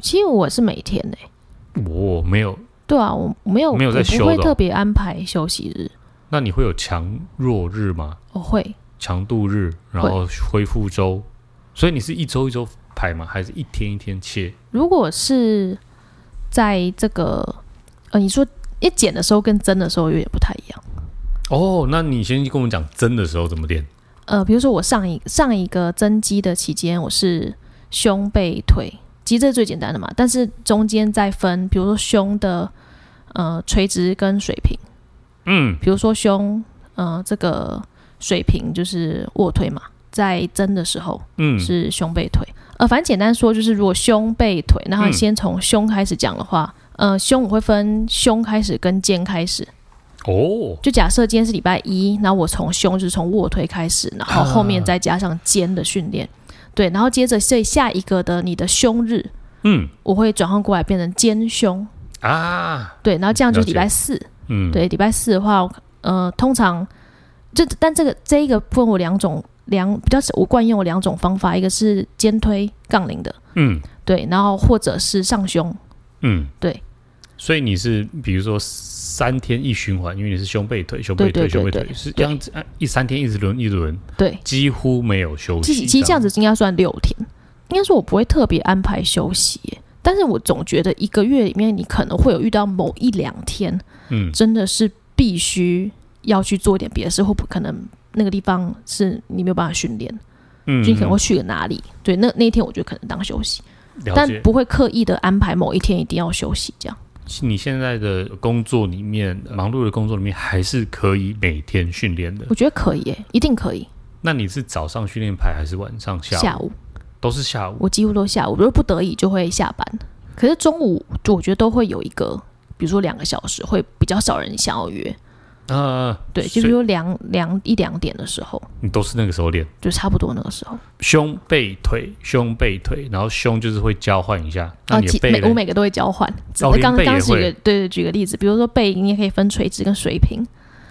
Speaker 1: 其实我是每天呢、嗯
Speaker 2: 我、没有，
Speaker 1: 对啊，我我没有
Speaker 2: 没有在
Speaker 1: 我
Speaker 2: 休的
Speaker 1: 不
Speaker 2: 哦
Speaker 1: 会特别安排休息日，
Speaker 2: 那你会有强弱日吗？
Speaker 1: 我会
Speaker 2: 强度日，然后恢复周，所以你是一周一周排吗？还是一天一天切？
Speaker 1: 如果是在这个呃，你说一减的时候跟增的时候有点不太一样。
Speaker 2: 哦，那你先跟我们讲真的时候怎么练？
Speaker 1: 呃，比如说我上一上一个增肌的期间，我是胸背腿，其实这是最简单的嘛。但是中间再分，比如说胸的呃垂直跟水平，
Speaker 2: 嗯，
Speaker 1: 比如说胸呃这个水平就是卧推嘛，在增的时候
Speaker 2: 嗯，
Speaker 1: 是胸背腿。呃，反正简单说就是，如果胸背腿，然后
Speaker 2: 嗯
Speaker 1: 先从胸开始讲的话，呃，胸我会分胸开始跟肩开始。
Speaker 2: 哦，
Speaker 1: 就假设今天是礼拜一，然后我从胸就是从卧推开始，然后
Speaker 2: 啊
Speaker 1: 后面再加上肩的训练，对，然后接着所以下一个的你的胸日，
Speaker 2: 嗯
Speaker 1: 我会转换过来变成肩胸，
Speaker 2: 啊，
Speaker 1: 对，然后这样就是
Speaker 2: 了解
Speaker 1: 礼拜四，
Speaker 2: 嗯，，
Speaker 1: 对，礼拜四的话，呃，通常这但这个这一个分我两种两比较我惯用我两种方法，一个是肩推杠铃的，
Speaker 2: 嗯
Speaker 1: 对，然后或者是上胸，
Speaker 2: 嗯，
Speaker 1: 对。
Speaker 2: 所以你是比如说三天一循环，因为你是胸背腿胸背
Speaker 1: 对
Speaker 2: 腿
Speaker 1: 对
Speaker 2: 胸背
Speaker 1: 对
Speaker 2: 腿，
Speaker 1: 对
Speaker 2: 是这
Speaker 1: 对
Speaker 2: 样子啊一三天一直轮一直轮，
Speaker 1: 对，
Speaker 2: 几乎没有休
Speaker 1: 其
Speaker 2: 息。
Speaker 1: 实其实这样，子应该算六天，应该说我不会特别安排休息耶，但是我总觉得一个月里面你可能会有遇到某一两天，
Speaker 2: 嗯
Speaker 1: 真的是必须要去做一点别的事，或不可能那个地方是你没有办法训练，
Speaker 2: 嗯，
Speaker 1: 就你可能会
Speaker 2: 嗯
Speaker 1: 去个哪里，对，那那一天我觉得可能当休息，
Speaker 2: 了
Speaker 1: 但
Speaker 2: 解。
Speaker 1: 不会刻意的安排某一天一定要休息这样。
Speaker 2: 你现在的工作里面，忙碌的工作里面，还是可以每天训练的。
Speaker 1: 我觉得可以耶，一定可以。
Speaker 2: 那你是早上训练排还是晚上下午？
Speaker 1: 下午
Speaker 2: 都是下午。
Speaker 1: 我几乎都下午，如果不得已就会下班。可是中午就我觉得都会有一个，比如说两个小时，会比较少人想要约。
Speaker 2: 呃，
Speaker 1: 对，就比
Speaker 2: 所以
Speaker 1: 如两两一两点的时候，
Speaker 2: 你都是那个时候练
Speaker 1: 就差不多那个时候。
Speaker 2: 胸背腿胸背腿，然后胸就是会交换一下。那
Speaker 1: 啊，
Speaker 2: 你的
Speaker 1: 其
Speaker 2: 背
Speaker 1: 每
Speaker 2: 嘞
Speaker 1: 我每个都会交换，只
Speaker 2: 哦
Speaker 1: 是刚
Speaker 2: 连背也
Speaker 1: 刚举
Speaker 2: 会
Speaker 1: 个对对举个例子，比如说背你也可以分垂直跟水平，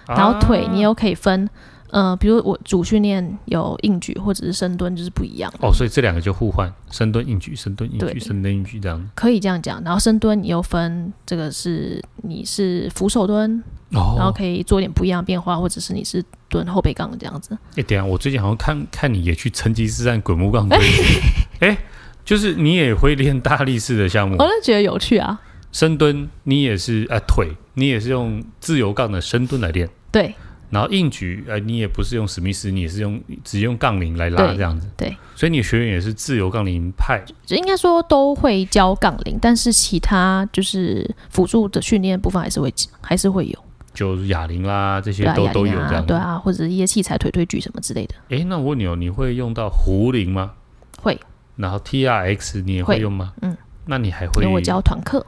Speaker 2: 啊
Speaker 1: 然后腿你又可以分，呃，比如我主训练有硬举或者是深蹲，就是不一样的，
Speaker 2: 哦，所以这两个就互换，深蹲硬举，深蹲硬举，
Speaker 1: 对
Speaker 2: 深蹲硬举这样。
Speaker 1: 可以这样讲。然后深蹲你又分这个是你是俯首蹲，
Speaker 2: 哦
Speaker 1: 然后可以做点不一样的变化，或者是你是蹲后背杠这样子。
Speaker 2: 哎、等一下，我最近好像看看你也去成吉思汗滚木
Speaker 1: *laughs*
Speaker 2: 杠推举，哎、就是你也会练大力士的项目
Speaker 1: 我，就觉得有趣啊，
Speaker 2: 深蹲你也是啊、腿你也是用自由杠的深蹲来练，
Speaker 1: 对
Speaker 2: 然后硬举呃你也不是用史密斯，你也是用只用杠铃来拉
Speaker 1: 对
Speaker 2: 这样子，
Speaker 1: 对，
Speaker 2: 所以你的学员也是自由杠铃派，
Speaker 1: 就应该说都会教杠铃，但是其他就是辅助的训练部分还是会还是会有，
Speaker 2: 就是哑铃啦这些
Speaker 1: 对啊，
Speaker 2: 都、
Speaker 1: 哑
Speaker 2: 都有
Speaker 1: 铃
Speaker 2: 这
Speaker 1: 啊
Speaker 2: 样，子。
Speaker 1: 对
Speaker 2: 哎、
Speaker 1: 啊，或者一些器材、腿推举什么之类的，
Speaker 2: 那我问你哦，你会用到壶铃吗？
Speaker 1: 会。
Speaker 2: 然后 T R X 你也会
Speaker 1: 会
Speaker 2: 用吗？
Speaker 1: 嗯，
Speaker 2: 那你还
Speaker 1: 因
Speaker 2: 会
Speaker 1: 为我教团课，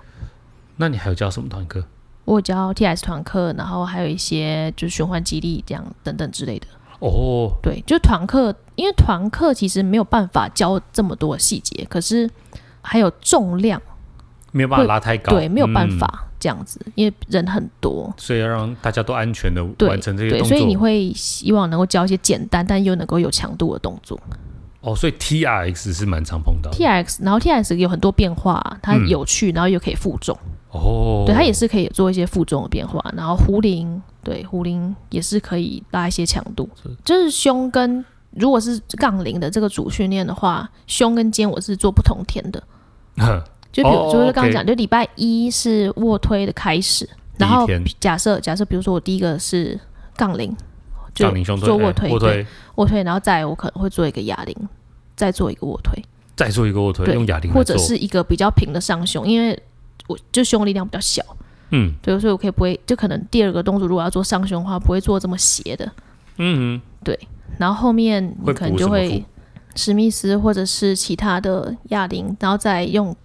Speaker 2: 那你还有教什么团课？
Speaker 1: 我有教 TS 团课，然后还有一些就是循环激励这样等等之类的。
Speaker 2: 哦，
Speaker 1: 对，就团课，因为团课其实没有办法教这么多细节，可是还有重量，
Speaker 2: 没有办法拉太高，
Speaker 1: 对，没有办
Speaker 2: 嗯
Speaker 1: 法这样子，因为人很多。
Speaker 2: 所以要让大家都安全的
Speaker 1: 对
Speaker 2: 完成这些
Speaker 1: 对，
Speaker 2: 动作。
Speaker 1: 所以你会希望能够教一些简单但又能够有强度的动作。
Speaker 2: 哦，所以 T R X 是蛮常碰到的
Speaker 1: T X，然后 T X 有很多变化，它
Speaker 2: 嗯
Speaker 1: 有趣，然后又可以负重，
Speaker 2: 哦，
Speaker 1: 对，它也是可以做一些负重的变化。然后壶铃，对，壶铃也是可以拉一些强度，就是胸跟如果是杠铃的这个主训练的话，胸跟肩我是做不同天的，
Speaker 2: 哼
Speaker 1: 就比如、
Speaker 2: 哦
Speaker 1: 就是刚刚
Speaker 2: OK
Speaker 1: 讲，就礼拜一是卧推的开始，然后
Speaker 2: 第一天
Speaker 1: 假设假设比如说我第一个是杠铃，就
Speaker 2: 杠铃胸推
Speaker 1: 做卧
Speaker 2: 哎
Speaker 1: 推，
Speaker 2: 卧
Speaker 1: 对
Speaker 2: 推，
Speaker 1: 卧推，然后再来我可能会做一个哑铃，再做一个卧推。
Speaker 2: 再做一个卧推，
Speaker 1: 对
Speaker 2: 用哑铃来
Speaker 1: 或者
Speaker 2: 做
Speaker 1: 是一个比较平的上胸，因为我就胸力量比较小，
Speaker 2: 嗯
Speaker 1: 对，所以我可以不会就可能第二个动作如果要做上胸的话，不会做这么斜的，
Speaker 2: 嗯嗯
Speaker 1: 然后后面
Speaker 2: 会
Speaker 1: 你
Speaker 2: 补
Speaker 1: 可能就
Speaker 2: 什么
Speaker 1: 会史密斯或者是其他的哑铃，然后再用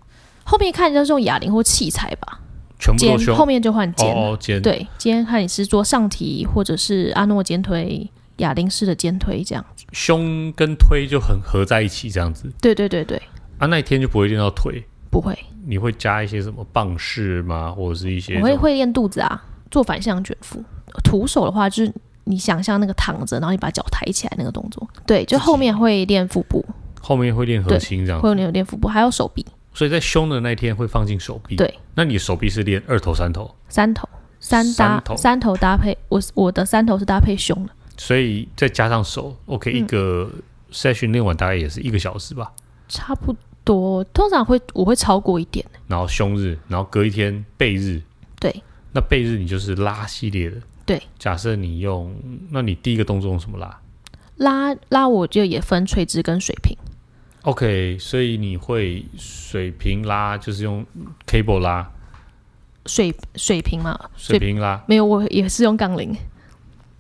Speaker 1: 后面看就是用哑铃或器材吧，
Speaker 2: 全部
Speaker 1: 肩
Speaker 2: 都胸
Speaker 1: 后面就换肩了。
Speaker 2: 哦哦肩，
Speaker 1: 对，今天看你是做上提或者是阿诺肩推、哑铃式的肩推这样。
Speaker 2: 胸跟推就很合在一起这样子
Speaker 1: 对对对对，
Speaker 2: 啊，那一天就不会练到腿。
Speaker 1: 不会，
Speaker 2: 你会加一些什么棒式吗？或者是一些
Speaker 1: 我会
Speaker 2: 这种
Speaker 1: 会练肚子啊，做反向卷腹。徒手的话，就是你想象那个躺着，然后你把脚抬起来那个动作。对，就后面会练腹部，
Speaker 2: 后面会练核
Speaker 1: 对
Speaker 2: 心这样子
Speaker 1: 会有练腹部，还有手臂、
Speaker 2: 所以在胸的那一天会放进手臂。
Speaker 1: 对，
Speaker 2: 那你的手臂是练二头三头，
Speaker 1: 三头、三搭
Speaker 2: 三、头
Speaker 1: 三头搭配。我我的三头是搭配胸的，
Speaker 2: 所以再加上手，OK，、一
Speaker 1: 嗯
Speaker 2: 个 session 练完大概也是一个小时吧。
Speaker 1: 差不多。通常会我会超过一点。
Speaker 2: 然后胸日，然后隔一天背日，
Speaker 1: 对，
Speaker 2: 那背日你就是拉系列的。
Speaker 1: 对，
Speaker 2: 假设你用，那你第一个动作用什么拉
Speaker 1: 拉拉我就也分垂直跟水平，
Speaker 2: ？OK，所以你会水平拉，就是用 cable 拉，
Speaker 1: 水水平嘛，水
Speaker 2: 水平拉，
Speaker 1: 没有我也是用杠铃，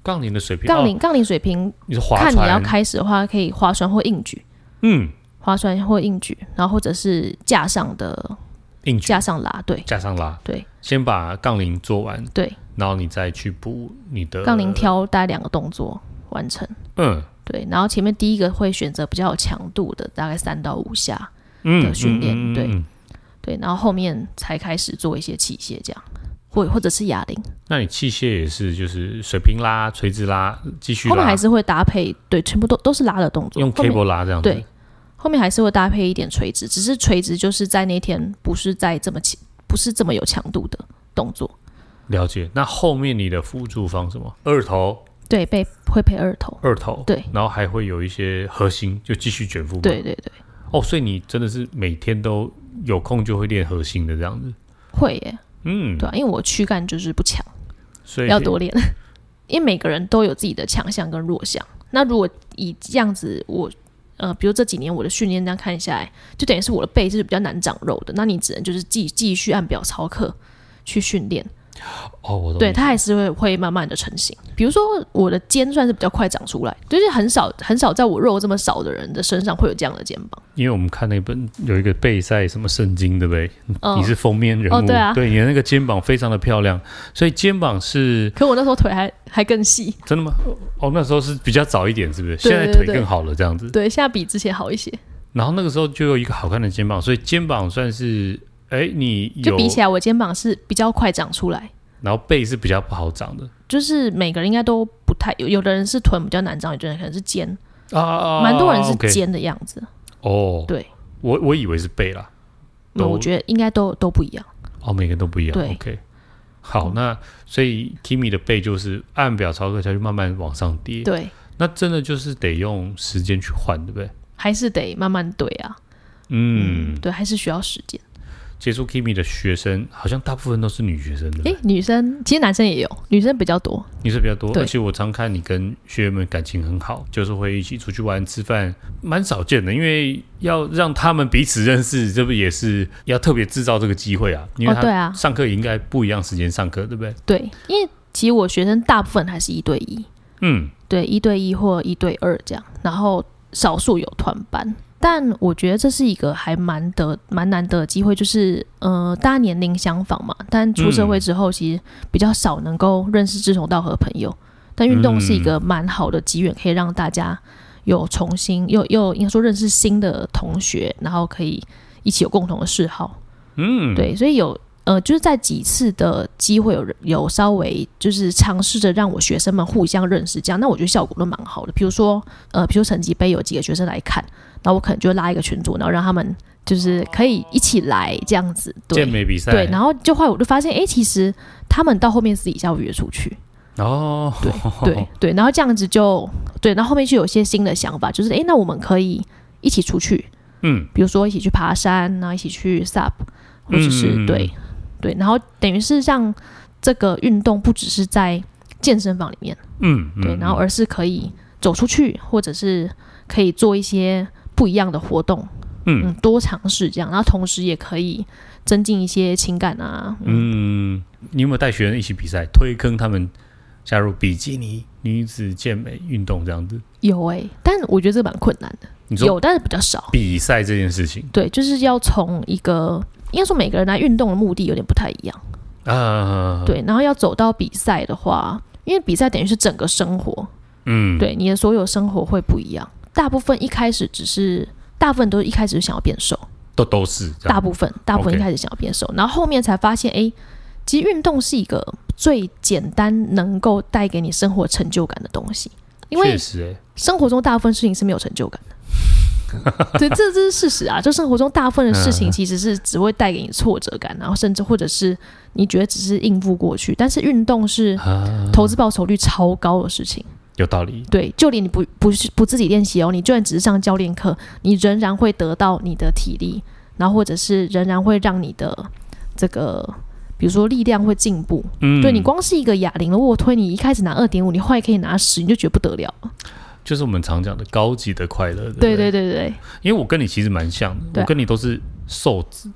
Speaker 2: 杠铃的水平，
Speaker 1: 杠
Speaker 2: 哦、
Speaker 1: 铃杠铃水平，
Speaker 2: 你是划
Speaker 1: 看
Speaker 2: 船，
Speaker 1: 你要开始的话可以划船或硬举，
Speaker 2: 嗯，
Speaker 1: 划船或硬举，然后或者是架上的
Speaker 2: 硬举
Speaker 1: 架上拉，对
Speaker 2: 加上拉，
Speaker 1: 对，
Speaker 2: 先把杠铃做完，
Speaker 1: 对，
Speaker 2: 然后你再去补你的
Speaker 1: 杠铃，挑大概两个动作完成，
Speaker 2: 嗯
Speaker 1: 对，然后前面第一个会选择比较有强度的，大概三到五下，
Speaker 2: 嗯
Speaker 1: 的训练
Speaker 2: 嗯嗯嗯
Speaker 1: 对
Speaker 2: 嗯
Speaker 1: 对，然后后面才开始做一些器械这样，或或者是哑铃，
Speaker 2: 那你器械也是就是水平拉、垂直拉、继续
Speaker 1: 后面
Speaker 2: 拉
Speaker 1: 还，是会搭配，对，全部都都是拉的动作，
Speaker 2: 用
Speaker 1: 后面
Speaker 2: cable 拉这样子，
Speaker 1: 对，后面还是会搭配一点垂直，只是垂直就是在那天不是在这么强，不是这么有强度的动作。
Speaker 2: 了解。那后面你的辅助放什么？二头、
Speaker 1: 对，被会配二头。
Speaker 2: 二头，
Speaker 1: 对，
Speaker 2: 然后还会有一些核心，就继续卷腹嘛。
Speaker 1: 对对对，
Speaker 2: 哦，所以你真的是每天都有空就会练核心的这样子，
Speaker 1: 会耶，
Speaker 2: 嗯，
Speaker 1: 对、啊，因为我躯干就是不强，
Speaker 2: 所以
Speaker 1: 要多练。 *laughs* 因为每个人都有自己的强项跟弱项。那如果以这样子，我呃，比如这几年我的训练这样看下来，就等于是我的背是比较难长肉的。那你只能就是继继续按表操课去训练，
Speaker 2: 哦，我懂
Speaker 1: 对，
Speaker 2: 你
Speaker 1: 它还是会会慢慢的成型。比如说我的肩算是比较快长出来，就是很少很少在我肉这么少的人的身上会有这样的肩膀。
Speaker 2: 因为我们看那本有一个备赛什么圣经，对不对？
Speaker 1: 嗯
Speaker 2: 你是封面人物，
Speaker 1: 哦对啊
Speaker 2: 你的那个肩膀非常的漂亮，所以肩膀是
Speaker 1: 可我那时候腿还还更细，
Speaker 2: 真的吗？哦，那时候是比较早一点，是不是？
Speaker 1: 对
Speaker 2: 现在
Speaker 1: 对
Speaker 2: 腿
Speaker 1: 对
Speaker 2: 更好了，这样子。
Speaker 1: 对，现在比之前好一些。
Speaker 2: 然后那个时候就有一个好看的肩膀，所以肩膀算是，哎，你有，
Speaker 1: 就比起来，我肩膀是比较快长出来。
Speaker 2: 然后背是比较不好长的
Speaker 1: 就是每个人应该都不太有，有的人是臀比较难长，有的人可能是肩，
Speaker 2: 啊啊啊，啊
Speaker 1: 蛮多人是
Speaker 2: OK
Speaker 1: 肩的样子。
Speaker 2: 哦，
Speaker 1: 对，
Speaker 2: 我我以为是背啦，
Speaker 1: 那
Speaker 2: 都
Speaker 1: 嗯我觉得应该都都不一样。
Speaker 2: 哦，每个人都不一样，
Speaker 1: 对
Speaker 2: OK。好，那所以 Kimi 的背就是按表操课下去慢慢往上叠，
Speaker 1: 对，
Speaker 2: 那真的就是得用时间去换，对不对？
Speaker 1: 还是得慢慢对啊。
Speaker 2: 嗯，
Speaker 1: 对，还是需要时间。
Speaker 2: 接触 Kimi 的学生好像大部分都是女学生的，
Speaker 1: 诶，女生其实男生也有，女生比较多。
Speaker 2: 女生比较多，
Speaker 1: 对
Speaker 2: 而且我常看你跟学员们感情很好，就是会一起出去玩、吃饭，蛮少见的。因为要让他们彼此认识，这不也是要特别制造这个机会啊？因为
Speaker 1: 哦，对
Speaker 2: 他
Speaker 1: 啊，
Speaker 2: 上课也应该不一样时间上课，对不对？
Speaker 1: 对，因为其实我学生大部分还是一对一，
Speaker 2: 嗯，
Speaker 1: 对，一对一或一对二这样，然后少数有团班。但我觉得这是一个还蛮得蛮难得的机会，就是呃，大家年龄相仿嘛，但出社会之后，其实比较少能够认识志同道合的朋友。但运动是一个蛮好的机缘，可以让大家有重新又又应该说认识新的同学，然后可以一起有共同的嗜好。嗯，对，所以有
Speaker 2: 嗯
Speaker 1: 呃，就是在几次的机会有有稍微就是尝试着让我学生们互相认识，这样那我觉得效果都蛮好的。比如说呃，比如成绩杯有几个学生来看，然后我可能就拉一个群组，然后让他们就是可以一起来这样子，
Speaker 2: 健
Speaker 1: 对
Speaker 2: 美比赛，
Speaker 1: 对，然后就后来我就发现，哎、其实他们到后面私底下会约出去，
Speaker 2: 哦，
Speaker 1: 对对对，然后这样子就对，然后后面就有一些新的想法，就是诶，那我们可以一起出去，
Speaker 2: 嗯，
Speaker 1: 比如说一起去爬山，然后一起去 SUP，或者是、
Speaker 2: 嗯嗯嗯
Speaker 1: 对对，然后等于是让这个运动不只是在健身房里面，
Speaker 2: 嗯嗯，
Speaker 1: 对，然后
Speaker 2: 嗯
Speaker 1: 而是可以走出去，或者是可以做一些不一样的活动，
Speaker 2: 嗯
Speaker 1: 嗯，多尝试这样，然后同时也可以增进一些情感啊，嗯，
Speaker 2: 嗯，你有没有带学生一起比赛，推坑他们加入比基尼女子健美运动这样子？
Speaker 1: 有诶，但我觉得这蛮困难的，
Speaker 2: 你说
Speaker 1: 有但是比较少。
Speaker 2: 比赛这件事情，
Speaker 1: 对，就是要从一个应该说每个人来运动的目的有点不太一样。
Speaker 2: 啊，，
Speaker 1: 对，然后要走到比赛的话，因为比赛等于是整个生活，
Speaker 2: 嗯，，
Speaker 1: 对你的所有生活会不一样。大部分一开始只是，大部分都一开始想要变瘦，
Speaker 2: 都都是这
Speaker 1: 大
Speaker 2: 样，
Speaker 1: 部分大部分一
Speaker 2: OK
Speaker 1: 开始想要变瘦，然后后面才发现，哎，其实运动是一个最简单能够带给你生活成就感的东西，因为
Speaker 2: 确实、欸，
Speaker 1: 生活中大部分事情是没有成就感的。 *laughs* 对，这这是事实啊！就生活中大部分的事情
Speaker 2: 嗯
Speaker 1: 其实是只会带给你挫折感，然后甚至或者是你觉得只是应付过去，但是运动是
Speaker 2: 啊，
Speaker 1: 投资报酬率超高的事情。
Speaker 2: 有道理，
Speaker 1: 对，就连你不不是不自己练习哦，你就算只是上教练课，你仍然会得到你的体力，然后或者是仍然会让你的这个，比如说力量会进步。
Speaker 2: 嗯，
Speaker 1: 对你光是一个哑铃的卧推，你一开始拿二点五，你后来可以拿十，你就觉得不得了。
Speaker 2: 嗯就是我们常讲的高级的快乐，不
Speaker 1: 对对对对，
Speaker 2: 因为我跟你其实蛮像的，
Speaker 1: 对啊
Speaker 2: 我跟你都是瘦子。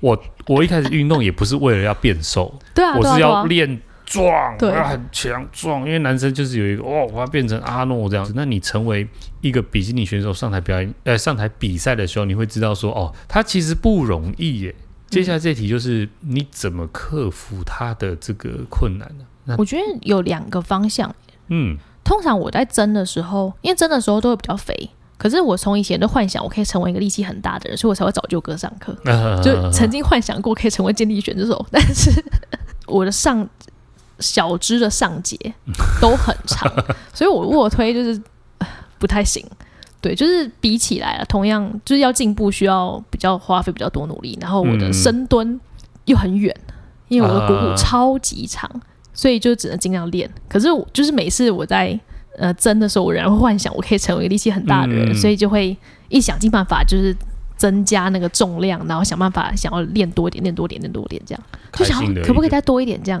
Speaker 2: 我 *laughs* 我一开始运动也不是为了要变瘦，
Speaker 1: 对啊，
Speaker 2: 我
Speaker 1: 对啊
Speaker 2: 是
Speaker 1: 对
Speaker 2: 要
Speaker 1: 啊
Speaker 2: 练壮，我
Speaker 1: 对
Speaker 2: 要很强壮。因为男生就是有一个哦，我要变成阿诺这样子。那你成为一个比基尼选手上台表演，呃，上台比赛的时候，你会知道说哦，他其实不容易耶。接下来这题就是你怎么克服他的这个困难呢、那
Speaker 1: 我觉得有两个方向。
Speaker 2: 嗯，
Speaker 1: 通常我在蒸的时候，因为蒸的时候都会比较肥，可是我从以前就幻想我可以成为一个力气很大的人，所以我才会找舅哥上课。
Speaker 2: 呃
Speaker 1: 就曾经幻想过可以成为健力选手，但是 *laughs* 我的上小只的上节都很长，所以我卧推就是呃不太行。对，就是比起来了，同样就是要进步，需要比较花费比较多努力。然后我的
Speaker 2: 嗯
Speaker 1: 深蹲又很远，因为我的股骨
Speaker 2: 啊
Speaker 1: 超级长，所以就只能尽量练。可是我就是每次我在呃增的时候，我仍然会幻想我可以成为一个力气很大的人，
Speaker 2: 嗯
Speaker 1: 所以就会一想尽办法就是增加那个重量，然后想办法想要练多一点，练多一点，练多一点，这样就
Speaker 2: 开
Speaker 1: 想
Speaker 2: 心
Speaker 1: 要
Speaker 2: 的一个，
Speaker 1: 可不可以再多一点这样。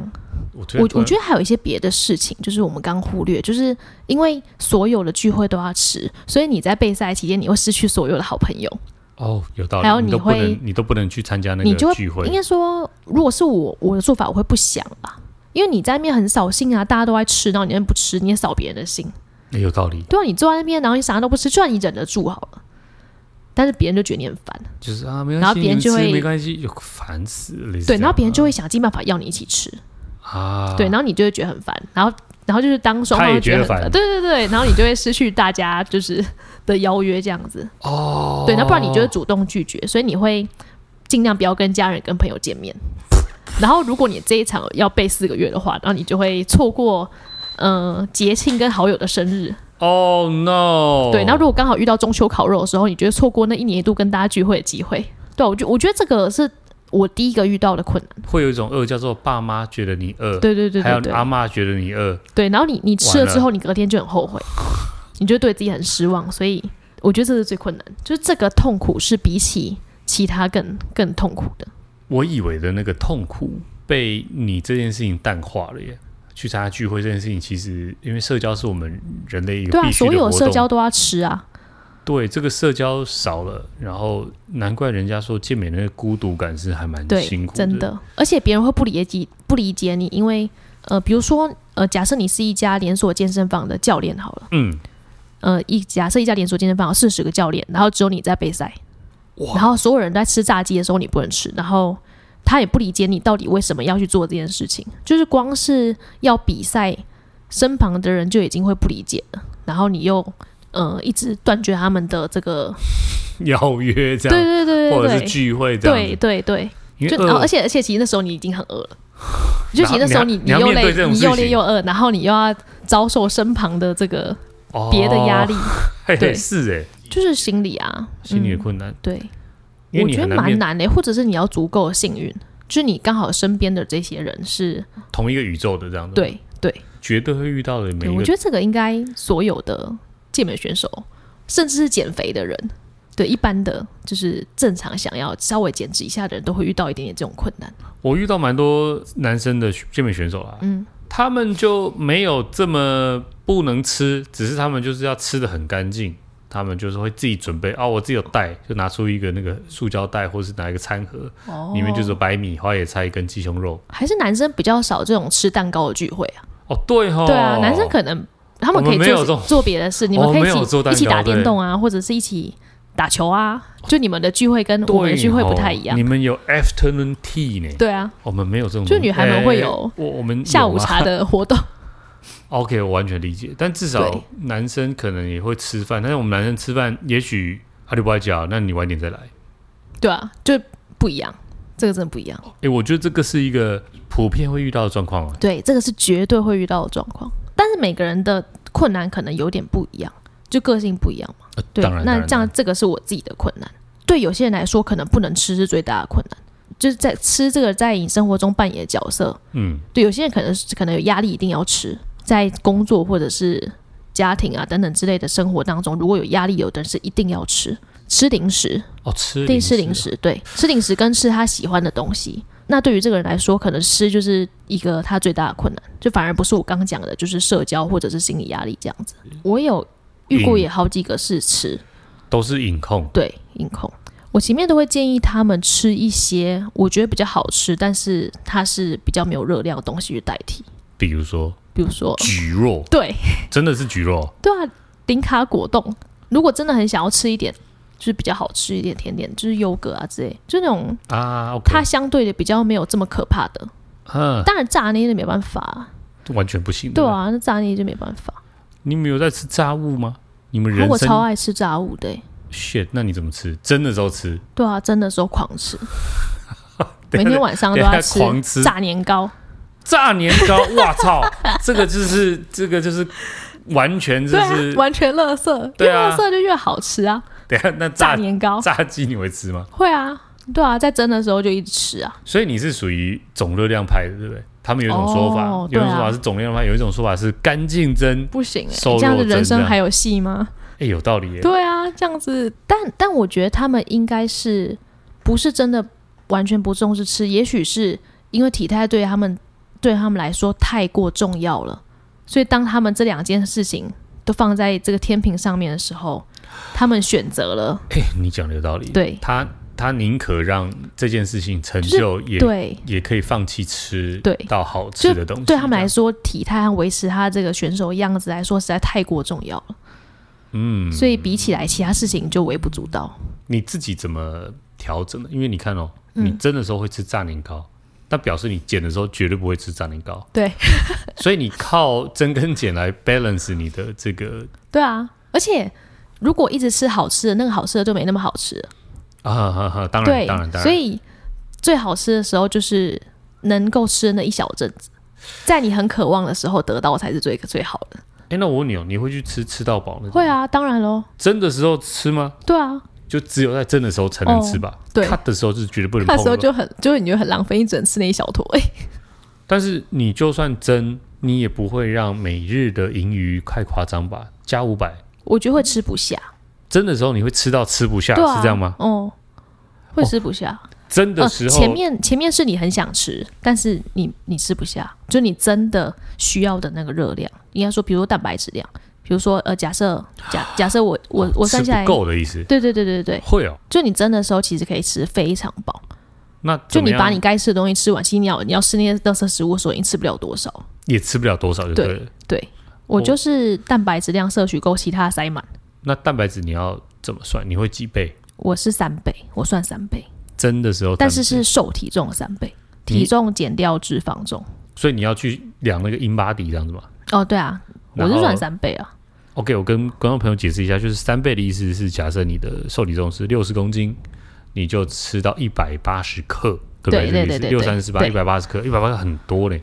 Speaker 2: 我
Speaker 1: 我
Speaker 2: 突
Speaker 1: 我
Speaker 2: 然
Speaker 1: 觉得还有一些别的事情，就是我们刚忽略，就是因为所有的聚会都要吃，所以你在备赛期间你会失去所有的好朋友。
Speaker 2: 哦，有道理，
Speaker 1: 还有
Speaker 2: 你都
Speaker 1: 你
Speaker 2: 不
Speaker 1: 会
Speaker 2: 能，你都不能去参加那
Speaker 1: 你就
Speaker 2: 个
Speaker 1: 会
Speaker 2: 聚会
Speaker 1: 应，该说，如果是我我的做法，我会不想吧，因为你在那边很扫兴啊，大家都在吃，然后你那边不吃，你也扫别人的兴。
Speaker 2: 也有道理。
Speaker 1: 对啊，你坐在那边，然后你啥都不吃，就算你忍得住好了，但是别人就觉得你很烦，
Speaker 2: 就是啊，没关系，
Speaker 1: 然后别人就
Speaker 2: 你们吃
Speaker 1: 会
Speaker 2: 没关系，有烦死了。类似
Speaker 1: 对，
Speaker 2: 这
Speaker 1: 然后
Speaker 2: 样
Speaker 1: 别人就会想尽办法要你一起吃，
Speaker 2: 啊，
Speaker 1: 对，然后你就会觉得很烦，然后然后就是当双
Speaker 2: 他
Speaker 1: 方
Speaker 2: 也
Speaker 1: 都觉
Speaker 2: 觉得
Speaker 1: 得很
Speaker 2: 烦
Speaker 1: 烦，对对对，然后你就会失去大家就是的邀约这样子，
Speaker 2: 哦，
Speaker 1: 对，那不然你就会主动拒绝，所以你会尽量不要跟家人跟朋友见面，然后如果你这一场要备四个月的话，然后你就会错过。嗯，节庆跟好友的生日，
Speaker 2: 哦 no，
Speaker 1: 对，然后如果刚好遇到中秋烤肉的时候，你就会错过那一年一度跟大家聚会的机会。对啊，我觉我觉得这个是我第一个遇到的困难。
Speaker 2: 会有一种饿叫做爸妈觉得你饿，
Speaker 1: 对对对
Speaker 2: 还
Speaker 1: 对
Speaker 2: 有
Speaker 1: 对
Speaker 2: 阿妈觉得你饿，
Speaker 1: 对，然后你你吃
Speaker 2: 完
Speaker 1: 了
Speaker 2: 了
Speaker 1: 之后，你隔天就很后悔，你就对自己很失望。所以我觉得这是最困难，就是这个痛苦是比起其他更更痛苦的。
Speaker 2: 我以为的那个痛苦被你这件事情淡化了耶。去参加聚会这件事情，其实因为社交是我们人类一
Speaker 1: 对
Speaker 2: 个
Speaker 1: 啊，
Speaker 2: 必须的
Speaker 1: 所
Speaker 2: 活
Speaker 1: 有
Speaker 2: 动，
Speaker 1: 社交都要吃啊。
Speaker 2: 对这个社交少了，然后难怪人家说健美那个孤独感是还蛮
Speaker 1: 对
Speaker 2: 辛苦，
Speaker 1: 真的，而且别人会不理解不理解你，因为呃，比如说呃，假设你是一家连锁健身房的教练好了，
Speaker 2: 嗯，
Speaker 1: 呃，一假设一家连锁健身房有四十个教练，然后只有你在备赛，然后所有人在吃炸鸡的时候你不能吃，然后他也不理解你到底为什么要去做这件事情，就是光是要比赛，身旁的人就已经会不理解了，然后你又呃一直断绝他们的这个，
Speaker 2: 邀约这
Speaker 1: 对对
Speaker 2: 样，
Speaker 1: 对
Speaker 2: 或者
Speaker 1: 对
Speaker 2: 是
Speaker 1: 对。
Speaker 2: 聚会这样
Speaker 1: 对
Speaker 2: 子，
Speaker 1: 对对，
Speaker 2: 因为呃
Speaker 1: 就、
Speaker 2: 饿
Speaker 1: 然后而且而且其实那时候你已经很饿
Speaker 2: *laughs*
Speaker 1: 了，就其实那时候你
Speaker 2: 你要
Speaker 1: 又
Speaker 2: 面对
Speaker 1: 累
Speaker 2: 这种
Speaker 1: 你
Speaker 2: 事
Speaker 1: 又
Speaker 2: 情
Speaker 1: 累又饿，然后你又要遭受身旁的这个别的压力，
Speaker 2: 哦嘿嘿，
Speaker 1: 对
Speaker 2: 是哎、
Speaker 1: 就是心理啊，
Speaker 2: 心理的
Speaker 1: 嗯
Speaker 2: 困难，
Speaker 1: 对，
Speaker 2: 因为
Speaker 1: 我
Speaker 2: 你
Speaker 1: 觉
Speaker 2: 很
Speaker 1: 得
Speaker 2: 难
Speaker 1: 蛮
Speaker 2: 面
Speaker 1: 难的、或者是你要足够的幸运，就是你刚好身边的这些人是
Speaker 2: 同一个宇宙的这样子，，
Speaker 1: 对对
Speaker 2: 绝对会遇到的每
Speaker 1: 对，
Speaker 2: 一
Speaker 1: 我
Speaker 2: 个
Speaker 1: 觉得这个应该所有的健美选手，甚至是减肥的人，对一般的就是正常想要稍微减脂一下的人都会遇到一点点这种困难。
Speaker 2: 我遇到蛮多男生的健美选手啦，嗯，他们就没有这么不能吃，只是他们就是要吃的很干净。他们就是会自己准备哦，我自己有带，就拿出一个那个塑胶袋，或是拿一个餐盒，
Speaker 1: 哦
Speaker 2: 里面就是有白米、花野菜跟鸡胸肉。
Speaker 1: 还是男生比较少这种吃蛋糕的聚会啊。
Speaker 2: 哦，对哦，
Speaker 1: 对啊，男生可能他们可
Speaker 2: 我们
Speaker 1: 以
Speaker 2: 没有这
Speaker 1: 做
Speaker 2: 种 *laughs*
Speaker 1: 做别的事，你
Speaker 2: 我
Speaker 1: 们可
Speaker 2: 没
Speaker 1: 以
Speaker 2: 有
Speaker 1: 一
Speaker 2: 做
Speaker 1: 起
Speaker 2: 蛋
Speaker 1: 一起
Speaker 2: 糕
Speaker 1: 打
Speaker 2: 对
Speaker 1: 电动啊，或者是一起打球啊，就你们的聚会跟我们
Speaker 2: 对，哦
Speaker 1: 的聚会不太一样
Speaker 2: 你。们有 afternoon tea 呢？
Speaker 1: 对啊，
Speaker 2: 我们没有这种东西，
Speaker 1: 就女孩们会有
Speaker 2: 哎我我们有
Speaker 1: 下午
Speaker 2: 吗
Speaker 1: 茶的活动，
Speaker 2: OK，我完全理解，但至少
Speaker 1: 对
Speaker 2: 男生可能也会吃饭，但是我们男生吃饭，也许他就不爱讲，那你晚点再来。
Speaker 1: *laughs* 对啊，就不一样，这个真的不一样。
Speaker 2: 哎、我觉得这个是一个普遍会遇到的状况啊。
Speaker 1: 对，这个是绝对会遇到的状况，但是每个人的困难可能有点不一样，就个性不一样嘛。
Speaker 2: 呃
Speaker 1: 对
Speaker 2: 当然，，
Speaker 1: 那
Speaker 2: 当然
Speaker 1: 这样这个是我自己的困难。对有些人来说，可能不能吃是最大的困难，就是在吃这个在你生活中扮演的角色。
Speaker 2: 嗯，
Speaker 1: 对有些人可能是可能有压力，一定要吃，在工作或者是家庭啊等等之类的生活当中，如果有压力，有的人是一定要吃吃零食，
Speaker 2: 哦，吃
Speaker 1: 对，吃
Speaker 2: 零
Speaker 1: 零
Speaker 2: 食，
Speaker 1: 食，对，吃零食跟吃他喜欢的东西。那对于这个人来说，可能吃就是一个他最大的困难，就反而不是我刚讲的，就是社交或者是心理压力这样子。
Speaker 2: 嗯
Speaker 1: 我有遇过
Speaker 2: 瘾
Speaker 1: 也好几个是吃，
Speaker 2: 都是饮控。
Speaker 1: 对，硬控。我前面都会建议他们吃一些我觉得比较好吃，但是它是比较没有热量的东西去代替，
Speaker 2: 比如说
Speaker 1: 比如说，
Speaker 2: 菊肉，
Speaker 1: 对
Speaker 2: 真的是菊肉，
Speaker 1: 对啊，零卡果冻。如果真的很想要吃一点，就是比较好吃一点甜点，就是优格啊之类，就那种
Speaker 2: 啊，OK，
Speaker 1: 它相对的比较没有这么可怕的。
Speaker 2: 嗯、
Speaker 1: 当然炸捏的没办法，啊
Speaker 2: 完全不行。
Speaker 1: 对，啊，那炸捏就没办法。
Speaker 2: 你们有在吃炸物吗？你们
Speaker 1: 啊
Speaker 2: 人
Speaker 1: 我超
Speaker 2: 生
Speaker 1: 爱吃炸物的欸、
Speaker 2: shit，那你怎么吃？真的时候吃，
Speaker 1: 对啊，真的时候狂
Speaker 2: *laughs*
Speaker 1: 吃，每
Speaker 2: 等一
Speaker 1: 天
Speaker 2: 下
Speaker 1: 晚上都
Speaker 2: 等一下
Speaker 1: 要吃
Speaker 2: 啊狂吃
Speaker 1: 炸年糕。
Speaker 2: 炸年
Speaker 1: *laughs*
Speaker 2: 糕，哇操，这个就是这个就是完全就
Speaker 1: 对啊
Speaker 2: 是，
Speaker 1: 完全垃圾，
Speaker 2: 对
Speaker 1: 越
Speaker 2: 啊
Speaker 1: 垃圾就越好吃啊！
Speaker 2: *laughs* 等一下那
Speaker 1: 炸
Speaker 2: 炸
Speaker 1: 年糕
Speaker 2: 炸鸡你会吃吗？
Speaker 1: 会啊，对啊，在蒸的时候就一直吃啊。
Speaker 2: 所以你是属于总热量派的，对不对？他们有一种说法，
Speaker 1: 哦
Speaker 2: 有一种
Speaker 1: 对啊
Speaker 2: 说法是总热量派，有一种说法是干净蒸。
Speaker 1: 不行、欸，
Speaker 2: 瘦啊肉
Speaker 1: 这样子人
Speaker 2: 蒸这
Speaker 1: 生
Speaker 2: 样
Speaker 1: 还有戏吗？
Speaker 2: 哎、有道理耶。
Speaker 1: 对啊，这样子，但但我觉得他们应该是不是真的完全不重视吃，也许是因为体态对他们对他们来说太过重要了，所以当他们这两件事情都放在这个天平上面的时候，他们选择了
Speaker 2: 哎、你讲的有道理。
Speaker 1: 对
Speaker 2: 他他宁可让这件事情成
Speaker 1: 就是
Speaker 2: 就，也
Speaker 1: 对
Speaker 2: 也可以放弃吃
Speaker 1: 对
Speaker 2: 到好
Speaker 1: 就
Speaker 2: 吃的东西。
Speaker 1: 对他们来
Speaker 2: 说，
Speaker 1: 说，体态和维持他这个选手的样子来说实在太过重要了，
Speaker 2: 嗯，
Speaker 1: 所以比起来其他事情就微不足道。
Speaker 2: 你自己怎么调整的？因为你看哦，你蒸的时候会吃炸年糕，那表示你减的时候绝对不会吃炸年糕，
Speaker 1: 对，
Speaker 2: 所以你靠蒸跟减来 balance 你的这个
Speaker 1: 对啊，而且如果一直吃好吃的，那个好吃的就没那么好吃了
Speaker 2: 啊哈哈，当然
Speaker 1: 对
Speaker 2: 当然当然，
Speaker 1: 所以最好吃的时候就是能够吃那一小阵子，在你很渴望的时候得到才是最最好的。
Speaker 2: 哎，那我问你哦，你会去吃吃到饱那种？
Speaker 1: 会啊，当然喽，
Speaker 2: 蒸的时候吃吗？
Speaker 1: 对啊，
Speaker 2: 就只有在蒸的时候才能吃吧？
Speaker 1: 哦对
Speaker 2: ，cut 的时候是绝对不能碰
Speaker 1: 那
Speaker 2: 的
Speaker 1: 时
Speaker 2: 吧。
Speaker 1: 候就很就是你就很浪费，一整吃那一小坨、哎，
Speaker 2: 但是你就算蒸，你也不会让每日的盈余太夸张吧？加五百，
Speaker 1: 我觉得会吃不下，
Speaker 2: 蒸的时候你会吃到吃不下，
Speaker 1: 对啊，
Speaker 2: 是这样吗？？
Speaker 1: 哦、会吃不下。
Speaker 2: 蒸的
Speaker 1: 呃
Speaker 2: 时候，
Speaker 1: 前面前面是你很想吃，但是你你吃不下，就你真的需要的那个热量，应该说，比如说蛋白质量，比如说呃，假设假假设我我我
Speaker 2: 吃
Speaker 1: 算下来
Speaker 2: 啊不，够的意思，
Speaker 1: 对对对对对，
Speaker 2: 会哦。
Speaker 1: 就你蒸的时候，其实可以吃非常饱。
Speaker 2: 那
Speaker 1: 就
Speaker 2: 怎么
Speaker 1: 你
Speaker 2: 样
Speaker 1: 把你该吃的东西吃完，其实你要你要吃那些垃圾食物的时候，已经吃不了多少。
Speaker 2: 也吃不了多少就对
Speaker 1: 对
Speaker 2: 了。
Speaker 1: 对
Speaker 2: 哦
Speaker 1: 我就是蛋白质量摄取够，其他塞满。
Speaker 2: 那蛋白质你要怎么算？你会几倍？
Speaker 1: 我是三倍，我算三倍，
Speaker 2: 蒸的时候蛋
Speaker 1: 但
Speaker 2: 白，
Speaker 1: 是是瘦体重的三倍，
Speaker 2: 你
Speaker 1: 体重减掉脂肪重。
Speaker 2: 所以你要去量那个 in body 这样子嘛。
Speaker 1: 哦，对啊，我
Speaker 2: 然
Speaker 1: 是
Speaker 2: 后
Speaker 1: 算三倍啊。
Speaker 2: OK，我跟观众朋友解释一下，就是三倍的意思是，假设你的受体重是六十公斤，你就吃到一百八十克，对不
Speaker 1: 对对对对
Speaker 2: 六三十八，
Speaker 1: 对
Speaker 2: 一百八十克，一百八克很多嘞，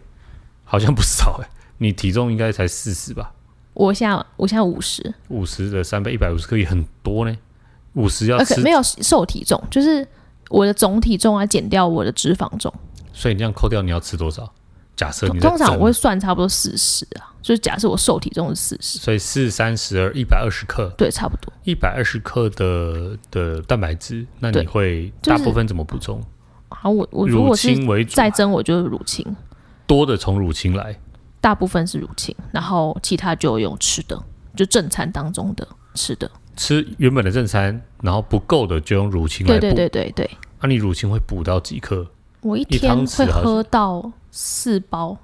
Speaker 2: 好像不少哎。你体重应该才四十吧？
Speaker 1: 我现在我现在五十，
Speaker 2: 五十的三倍，一百五十克也很多呢。五十要
Speaker 1: 呃，
Speaker 2: 吃
Speaker 1: 可没有瘦体重，就是我的总体重啊，减掉我的脂肪重。
Speaker 2: 所以你这样扣掉，你要吃多少？假设
Speaker 1: 通
Speaker 2: 你在
Speaker 1: 通常
Speaker 2: 总
Speaker 1: 我会算差不多四十啊，就是假设我瘦体重是四十，
Speaker 2: 所以四三十二一百二十克，
Speaker 1: 对，差不多。
Speaker 2: 一百二十克的的蛋白质，那你
Speaker 1: 对
Speaker 2: 会
Speaker 1: 就
Speaker 2: 大
Speaker 1: 是
Speaker 2: 部分怎么补充？
Speaker 1: 好，我我如
Speaker 2: 乳
Speaker 1: 果是
Speaker 2: 清为主，
Speaker 1: 再蒸，我就是乳清。
Speaker 2: 多的从乳清来。
Speaker 1: 大部分是乳清，然后其他就用吃的，就正餐当中的吃的。
Speaker 2: 吃原本的正餐，然后不够的就用乳清来
Speaker 1: 对
Speaker 2: 补。
Speaker 1: 对对对对，
Speaker 2: 那、你乳清会补到几克？
Speaker 1: 我一
Speaker 2: 一汤
Speaker 1: 天
Speaker 2: 匙
Speaker 1: 会
Speaker 2: 好像
Speaker 1: 喝到四包，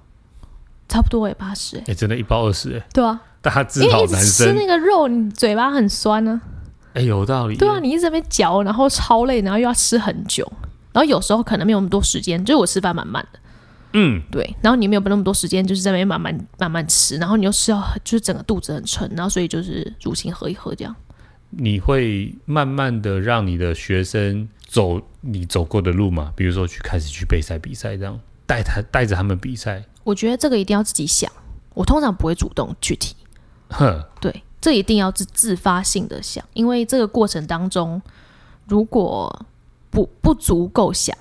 Speaker 1: 差不多也八十哎
Speaker 2: 哎、。真的，一包二十哎。
Speaker 1: 对啊，
Speaker 2: 大家知
Speaker 1: 因为
Speaker 2: 道
Speaker 1: 一直
Speaker 2: 男
Speaker 1: 吃
Speaker 2: 生
Speaker 1: 那个肉，你嘴巴很酸呢、啊
Speaker 2: 哎、哎，有道理。
Speaker 1: 对啊，，你一直在那边嚼，然后超累，然后又要吃很久，然后有时候可能没有那么多时间，就是我吃饭蛮慢的，
Speaker 2: 嗯，
Speaker 1: 对，然后你没有那么多时间，就是在那边慢慢慢慢吃，然后你又吃到就是整个肚子很撑，然后所以就是乳清喝一喝这样。
Speaker 2: 你会慢慢的让你的学生走你走过的路嘛？比如说去开始去备赛比赛，这样带他带着他们比赛，
Speaker 1: 我觉得这个一定要自己想，我通常不会主动去提，
Speaker 2: 哼，
Speaker 1: 对，这一定要自自发性的想，因为这个过程当中，如果不不足够想，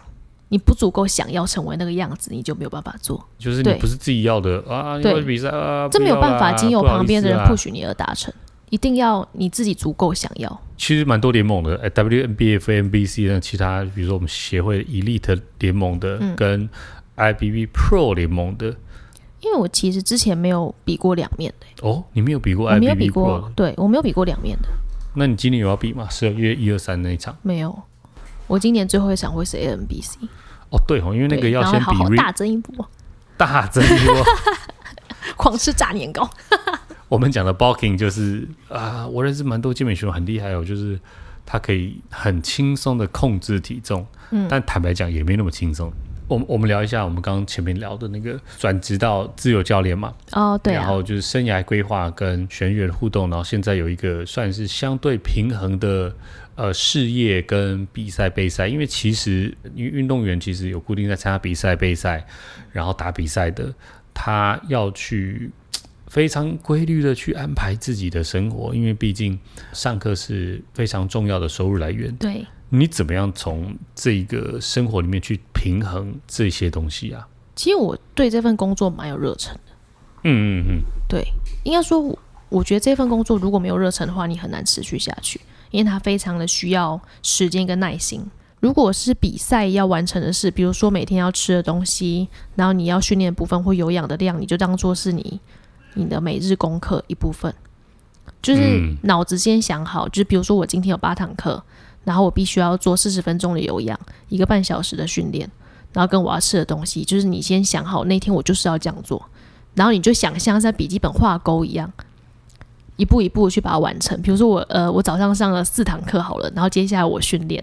Speaker 1: 你不足够想要成为那个样子，你就没有办法做，
Speaker 2: 就是你
Speaker 1: 对
Speaker 2: 不是自己要的啊，你
Speaker 1: 对
Speaker 2: 要比赛啊，
Speaker 1: 这没有办法经由
Speaker 2: 不要啦
Speaker 1: 旁边的人
Speaker 2: 不好意思
Speaker 1: push
Speaker 2: 啊
Speaker 1: 你而达成，一定要你自己足够想要。
Speaker 2: 啊。其实蛮多联盟的，哎，WNBA、FNBC 呢，其他比如说我们协会 Elite 联盟的、
Speaker 1: 嗯
Speaker 2: 跟 IBB Pro 联盟的，
Speaker 1: 因为我其实之前没有比过两面的、
Speaker 2: 哦，你没有比过
Speaker 1: 我没有
Speaker 2: IBB
Speaker 1: 比
Speaker 2: Pro，
Speaker 1: 过，对我没有比过两面的，
Speaker 2: 那你今年有要比吗？十二月一二三那一场？
Speaker 1: 没有。我今年最后一场会是 ANBC，
Speaker 2: 哦，对哦，因为那个
Speaker 1: 对
Speaker 2: 要
Speaker 1: 然
Speaker 2: 先
Speaker 1: 后
Speaker 2: 比
Speaker 1: 好好
Speaker 2: re-
Speaker 1: 大争一波， *laughs*
Speaker 2: 大增多。 *laughs*
Speaker 1: 狂吃炸年糕。
Speaker 2: 我们讲的 bulking 就是啊，我认识蛮多健美选手很厉害哦，就是他可以很轻松的控制体重，嗯，但坦白讲也没那么轻松。我们我们聊一下我们刚刚前面聊的那个转职到自由教练嘛，
Speaker 1: 哦，对
Speaker 2: 然
Speaker 1: 啊，
Speaker 2: 后就是生涯规划跟学员互动，然后现在有一个算是相对平衡的呃事业跟比赛备赛，因为其实因为运动员其实有固定在参加比赛备赛，然后打比赛的，他要去嘖非常规律的去安排自己的生活，因为毕竟上课是非常重要的收入来源。
Speaker 1: 对，
Speaker 2: 你怎么样从这一个生活里面去平衡这些东西啊？
Speaker 1: 其实我对这份工作蛮有热忱的。
Speaker 2: 嗯嗯嗯，
Speaker 1: 对，应该说，我我觉得这份工作如果没有热忱的话，你很难持续下去，因为它非常的需要时间跟耐心。如果是比赛要完成的事，比如说每天要吃的东西，然后你要训练的部分或有氧的量，你就当做是你你的每日功课一部分，就是
Speaker 2: 嗯
Speaker 1: 脑子先想好，就是比如说我今天有八堂课，然后我必须要做四十分钟的有氧，一个半小时的训练，然后跟我要吃的东西，就是你先想好那天我就是要这样做，然后你就想象在笔记本画勾一样，一步一步地去把它完成。比如说我呃，我早上上了四堂课好了，然后接下来我训练，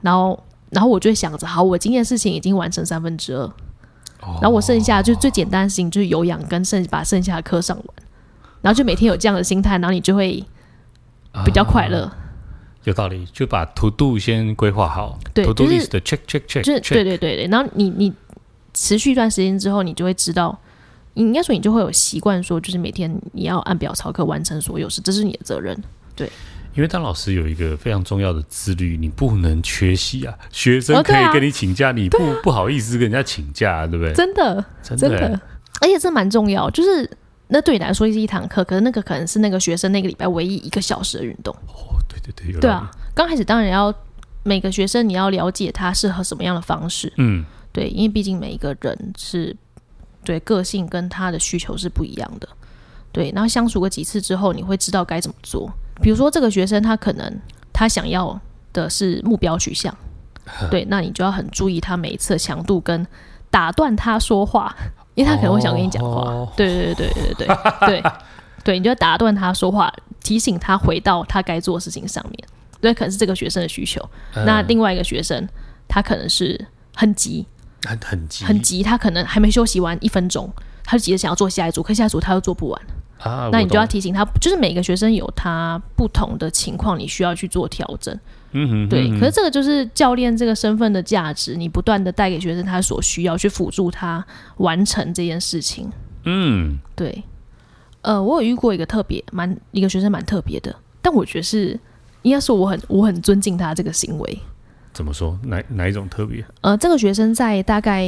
Speaker 1: 然后然后我就会想着，好，我今天的事情已经完成三分之二，然后我剩下就最简单的事情就是有氧跟剩把剩下的课上完，然后就每天有这样的心态，然后你就会比较快乐。
Speaker 2: 啊有道理，就把 to do 先规划好
Speaker 1: 对
Speaker 2: ，to do
Speaker 1: 就是
Speaker 2: list 的 check check check，
Speaker 1: 就是
Speaker 2: check
Speaker 1: 对对对对，然后你你持续一段时间之后，你就会知道，你应该说你就会有习惯说，就是每天你要按表操课完成所有事，这是你的责任。
Speaker 2: 因为当老师有一个非常重要的自律，你不能缺席啊。学生
Speaker 1: 哦
Speaker 2: 可
Speaker 1: 对啊
Speaker 2: 以跟你请假，你不、不好意思跟人家请假、啊，对不对？
Speaker 1: 真的，
Speaker 2: 真
Speaker 1: 真
Speaker 2: 的欸
Speaker 1: 的，而且这蛮重要，就是那对你来说是一堂课，可是那个可能是那个学生那个礼拜唯一一个小时的运动。
Speaker 2: 哦，对对对，有道理
Speaker 1: 对啊，，刚开始当然要每个学生你要了解他适合什么样的方式，
Speaker 2: 嗯，
Speaker 1: 对，因为毕竟每一个人是对个性跟他的需求是不一样的，对。然后相处个几次之后，你会知道该怎么做。比如说这个学生他可能他想要的是目标取向，对，那你就要很注意他每一次的强度跟打断他说话，因为他可能会想跟你讲话。
Speaker 2: 哦
Speaker 1: 对对对对对对对对，你就要打断他说话，提醒他回到他该做的事情上面。对，可能是这个学生的需求。那另外一个学生他可能是很急，
Speaker 2: 很很急
Speaker 1: 很急，他可能还没休息完一分钟，他就急着想要做下一组，可下一组他又做不完，
Speaker 2: 啊，
Speaker 1: 那你
Speaker 2: 我
Speaker 1: 就要
Speaker 2: 懂
Speaker 1: 提醒他，就是每个学生有他不同的情况，你需要去做调整。嗯哼，对。可是这个就是教练这个身份的价值，你不断的带给学生他所需要，去辅助他完成这件事情。
Speaker 2: 嗯，
Speaker 1: 对，呃，我有遇过一个特别蛮一个学生蛮特别的，但我觉得是应该说我很我很尊敬他这个行为。
Speaker 2: 怎么说？哪哪一种特别？
Speaker 1: 呃，这个学生在大概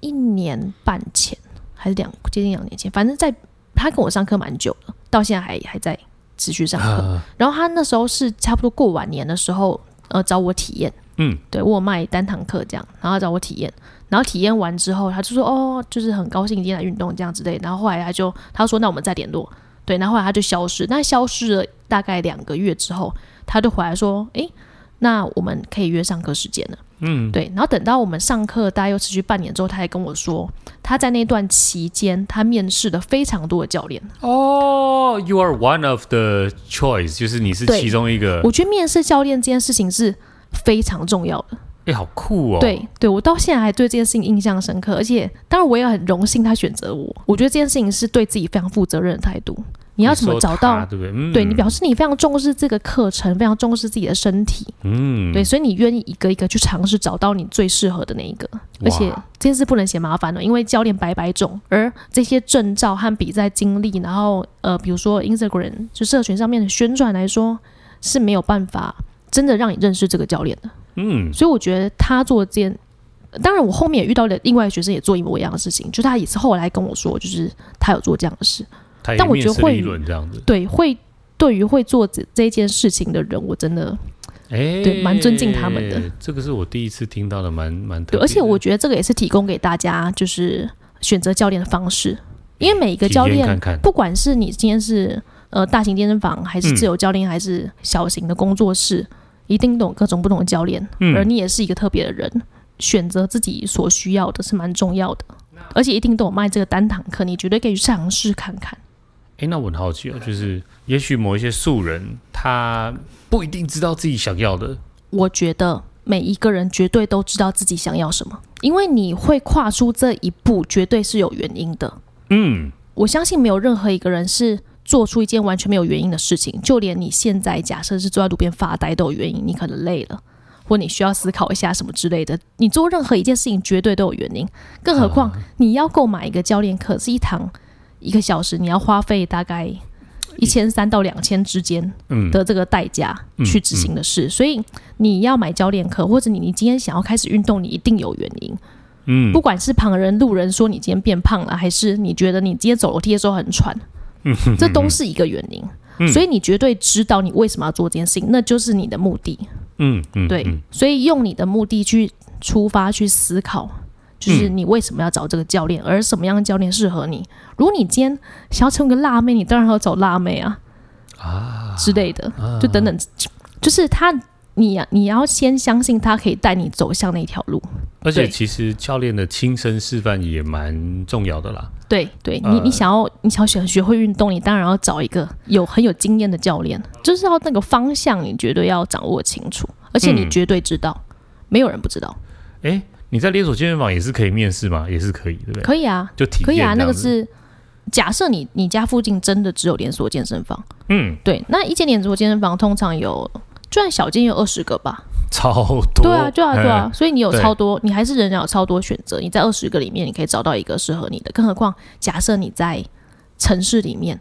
Speaker 1: 一年半前，还是两接近两年前，反正在他跟我上课蛮久了，到现在还还在持续上课。
Speaker 2: 啊
Speaker 1: 然后他那时候是差不多过晚年的时候，呃，找我体验，
Speaker 2: 嗯，
Speaker 1: 对我有卖单堂课这样，然后他找我体验，然后体验完之后，他就说哦，就是很高兴今天来运动这样之类，然后后来他就他说那我们再联络，对，然后后来他就消失，那消失了大概两个月之后，他就回来说，诶，那我们可以约上课时间了。
Speaker 2: 嗯，
Speaker 1: 对，然后等到我们上课大概又持续半年之后，他还跟我说，他在那段期间他面试了非常多的教练。
Speaker 2: 哦、y o u are one of the choice，就是你是
Speaker 1: 对
Speaker 2: 其中一个，
Speaker 1: 我觉得面试教练这件事情是非常重要的。
Speaker 2: 哎、好酷哦，
Speaker 1: 对对，我到现在还对这件事情印象深刻，而且当然我也很荣幸他选择我。我觉得这件事情是对自己非常负责任的态度。你
Speaker 2: 你
Speaker 1: 要怎么
Speaker 2: 说
Speaker 1: 找
Speaker 2: 他
Speaker 1: 到？
Speaker 2: 对不对？嗯，
Speaker 1: 对你表示你非常重视这个课程，非常重视自己的身体，
Speaker 2: 嗯，
Speaker 1: 对，所以你愿意一个一个去尝试找到你最适合的那一个，而且这件事不能嫌麻烦了，因为教练百百种，而这些证照和比赛经历，然后呃，比如说 Instagram 就社群上面的宣传来说是没有办法真的让你认识这个教练的，
Speaker 2: 嗯，
Speaker 1: 所以我觉得他做这件。当然，我后面也遇到了另外的学生也做一模一样的事情，就他也是后来跟我说，就是他有做这样的事。
Speaker 2: 他也
Speaker 1: 但我
Speaker 2: 面
Speaker 1: 觉得
Speaker 2: 试了
Speaker 1: 会
Speaker 2: 一轮这样子，
Speaker 1: 对，会对于会做这这件事情的人，我真的
Speaker 2: 哎、
Speaker 1: 对蛮尊敬他们的。
Speaker 2: 这个是我第一次听到的，蛮蛮特别
Speaker 1: 对，
Speaker 2: 的。
Speaker 1: 而且我觉得这个也是提供给大家就是选择教练的方式，因为每一个
Speaker 2: 体
Speaker 1: 教
Speaker 2: 验
Speaker 1: 练，
Speaker 2: 看看
Speaker 1: 不管是你今天是呃大型健身房，还是自由教练，还是小型的工作室，一定都有各种不同的教练，
Speaker 2: 嗯
Speaker 1: 而你也是一个特别的人，选择自己所需要的是蛮重要的。而且一定都有卖这个单堂课，你绝对可以去尝试看看。
Speaker 2: 哎，那我很好奇哦，就是也许某一些素人他不一定知道自己想要的，
Speaker 1: 我觉得每一个人绝对都知道自己想要什么，因为你会跨出这一步，绝对是有原因的。
Speaker 2: 嗯，
Speaker 1: 我相信没有任何一个人是做出一件完全没有原因的事情，就连你现在假设是坐在路边发呆都有原因，你可能累了，或你需要思考一下什么之类的。你做任何一件事情绝对都有原因，更何况你要购买一个教练课是一堂一个小时，你要花费大概一千三到两千之间
Speaker 2: 嗯
Speaker 1: 的这个代价
Speaker 2: 嗯
Speaker 1: 去执行的事，所以你要买教练课，或者你你今天想要开始运动，你一定有原因。
Speaker 2: 嗯
Speaker 1: 不管是旁人、路人说你今天变胖了，还是你觉得你今天走楼梯的时候很喘，
Speaker 2: 嗯
Speaker 1: 这都是一个原因。所以你绝对知道你为什么要做这件事情，那就是你的目的。
Speaker 2: 嗯嗯，
Speaker 1: 对，
Speaker 2: 嗯
Speaker 1: 所以用你的目的去出发去思考，就是
Speaker 2: 嗯
Speaker 1: 你为什么要找这个教练，而什么样的教练适合你。如果你今天想要成为个辣妹，你当然要找辣妹啊啊之类的，就等等，就是他，你要你要先相信他可以带你走向那条路。
Speaker 2: 而且
Speaker 1: 对
Speaker 2: 其实教练的亲身示范也蛮重要的啦。
Speaker 1: 对对，
Speaker 2: 啊
Speaker 1: 你你想要你想要学学会运动，你当然要找一个有很有经验的教练，就是要那个方向，你绝对要掌握清楚，而且你
Speaker 2: 嗯
Speaker 1: 绝对知道，没有人不知道。
Speaker 2: 哎，你在连锁健身房也是可以面试吗？也是可以，对不对？
Speaker 1: 可以啊，
Speaker 2: 就体验
Speaker 1: 可以啊，
Speaker 2: 这
Speaker 1: 那
Speaker 2: 样
Speaker 1: 个
Speaker 2: 子
Speaker 1: 是假设你你家附近真的只有连锁健身房，
Speaker 2: 嗯，
Speaker 1: 对，那一间连锁健身房通常有。就算小间有二十个吧，
Speaker 2: 超多。嗯
Speaker 1: 对啊，
Speaker 2: 哎
Speaker 1: 对啊，对啊，所以你有
Speaker 2: 对
Speaker 1: 超多，你还是仍然有超多选择。你在二十个里面，你可以找到一个适合你的。更何况，假设你在城市里面，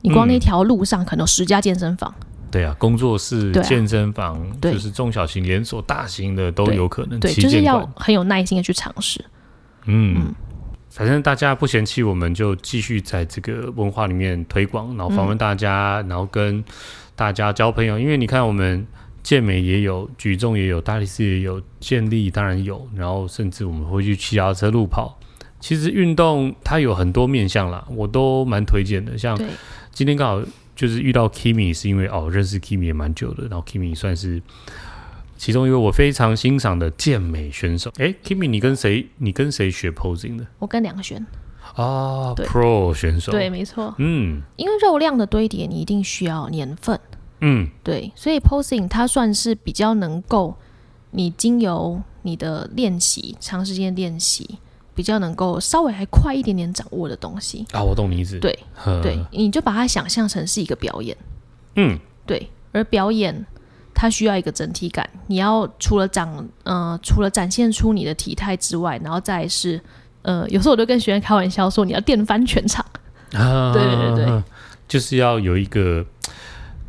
Speaker 1: 你光那
Speaker 2: 嗯
Speaker 1: 条路上可能有十家健身房，
Speaker 2: 嗯。对啊，工作室、
Speaker 1: 对啊
Speaker 2: 健身房，
Speaker 1: 对
Speaker 2: 就是中小型连锁、大型的都
Speaker 1: 对
Speaker 2: 有可能。
Speaker 1: 对，
Speaker 2: 旗
Speaker 1: 就是
Speaker 2: 舰
Speaker 1: 要
Speaker 2: 馆
Speaker 1: 很有耐心的去尝试。
Speaker 2: 嗯，反正大家不嫌弃，我们就继续在这个文化里面推广，然后访问大家，
Speaker 1: 嗯
Speaker 2: 然后跟大家交朋友。因为你看，我们健美也有，举重也有，大力士也有，健力当然有，然后甚至我们会去骑脚踏车路跑。其实运动它有很多面向啦，我都蛮推荐的。像
Speaker 1: 对，
Speaker 2: 今天刚好就是遇到 Kimi，是因为哦认识 Kimi 也蛮久的，然后 Kimi 算是其中一位我非常欣赏的健美选手。诶 k i m i 你跟谁你跟谁学 posing 的
Speaker 1: 我跟梁轩，
Speaker 2: 啊
Speaker 1: 对
Speaker 2: ？Pro 选手，
Speaker 1: 对，，没错，
Speaker 2: 嗯
Speaker 1: 因为肉量的堆叠，你一定需要年份，
Speaker 2: 嗯
Speaker 1: 对，所以 posing 它算是比较能够你经由你的练习，长时间练习，比较能够稍微还快一点点掌握的东西。
Speaker 2: 啊，我懂你意思，
Speaker 1: 对
Speaker 2: 呵
Speaker 1: 对，，你就把它想象成是一个表演，
Speaker 2: 嗯
Speaker 1: 对，而表演。它需要一个整体感，你要除了长呃除了展现出你的体态之外，然后再来是呃有时候我都跟学员开玩笑说你要电翻全场，
Speaker 2: 啊，
Speaker 1: 对对对对，
Speaker 2: 就是要有一个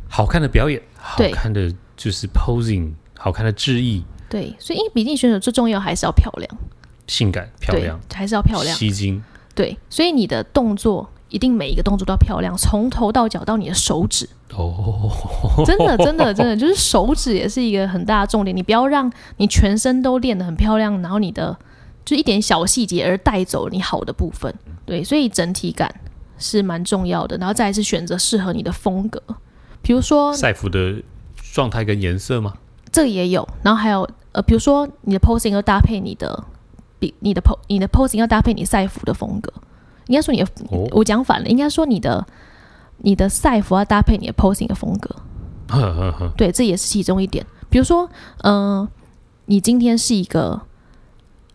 Speaker 2: 好看的表演，好
Speaker 1: 对
Speaker 2: 看的就是 posing，好看的致意，
Speaker 1: 对，所以因为比基尼选手最重要还是要漂亮，
Speaker 2: 性感漂亮，
Speaker 1: 对，还是要漂亮，
Speaker 2: 吸睛，
Speaker 1: 对，所以你的动作一定每一个动作都要漂亮，从头到脚到你的手指，
Speaker 2: 哦，
Speaker 1: 真的真的真的，就是手指也是一个很大的重点，你不要让你全身都练得很漂亮，然后你的就一点小细节而带走你好的部分，对，所以整体感是蛮重要的，然后再来是选择适合你的风格，比如说
Speaker 2: 赛服的状态跟颜色吗？
Speaker 1: 这个也有，然后还有呃，比如说你的 posing 要搭配你的比你的 po 你的 posing 要搭配你赛服的风格，应该说你的、
Speaker 2: 哦
Speaker 1: 我讲反了，应该说你的你的赛服要搭配你的 posing 的风格，
Speaker 2: 呵呵呵，
Speaker 1: 对，这也是其中一点。比如说，嗯、你今天是一个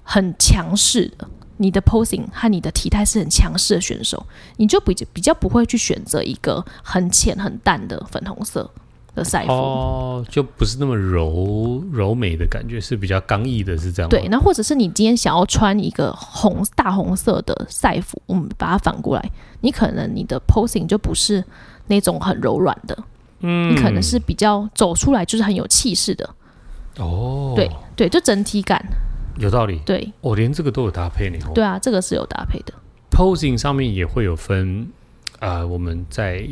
Speaker 1: 很强势的，你的 posing 和你的体态是很强势的选手，你就比较比较不会去选择一个很浅很淡的粉红色的 *laughs* 赛服。
Speaker 2: 哦，就不是那么柔柔美的感觉，是比较刚毅的，是这样吗？
Speaker 1: 对，那或者是你今天想要穿一个红大红色的赛服，我们把它反过来，你可能你的 posing 就不是那种很柔软的，
Speaker 2: 嗯，
Speaker 1: 你可能是比较走出来就是很有气势的，
Speaker 2: 哦，
Speaker 1: 对，对，就整体感，
Speaker 2: 有道理。
Speaker 1: 对，
Speaker 2: 我、连这个都有搭配呢。哦
Speaker 1: 对啊，这个是有搭配的。
Speaker 2: posing 上面也会有分，呃，我们在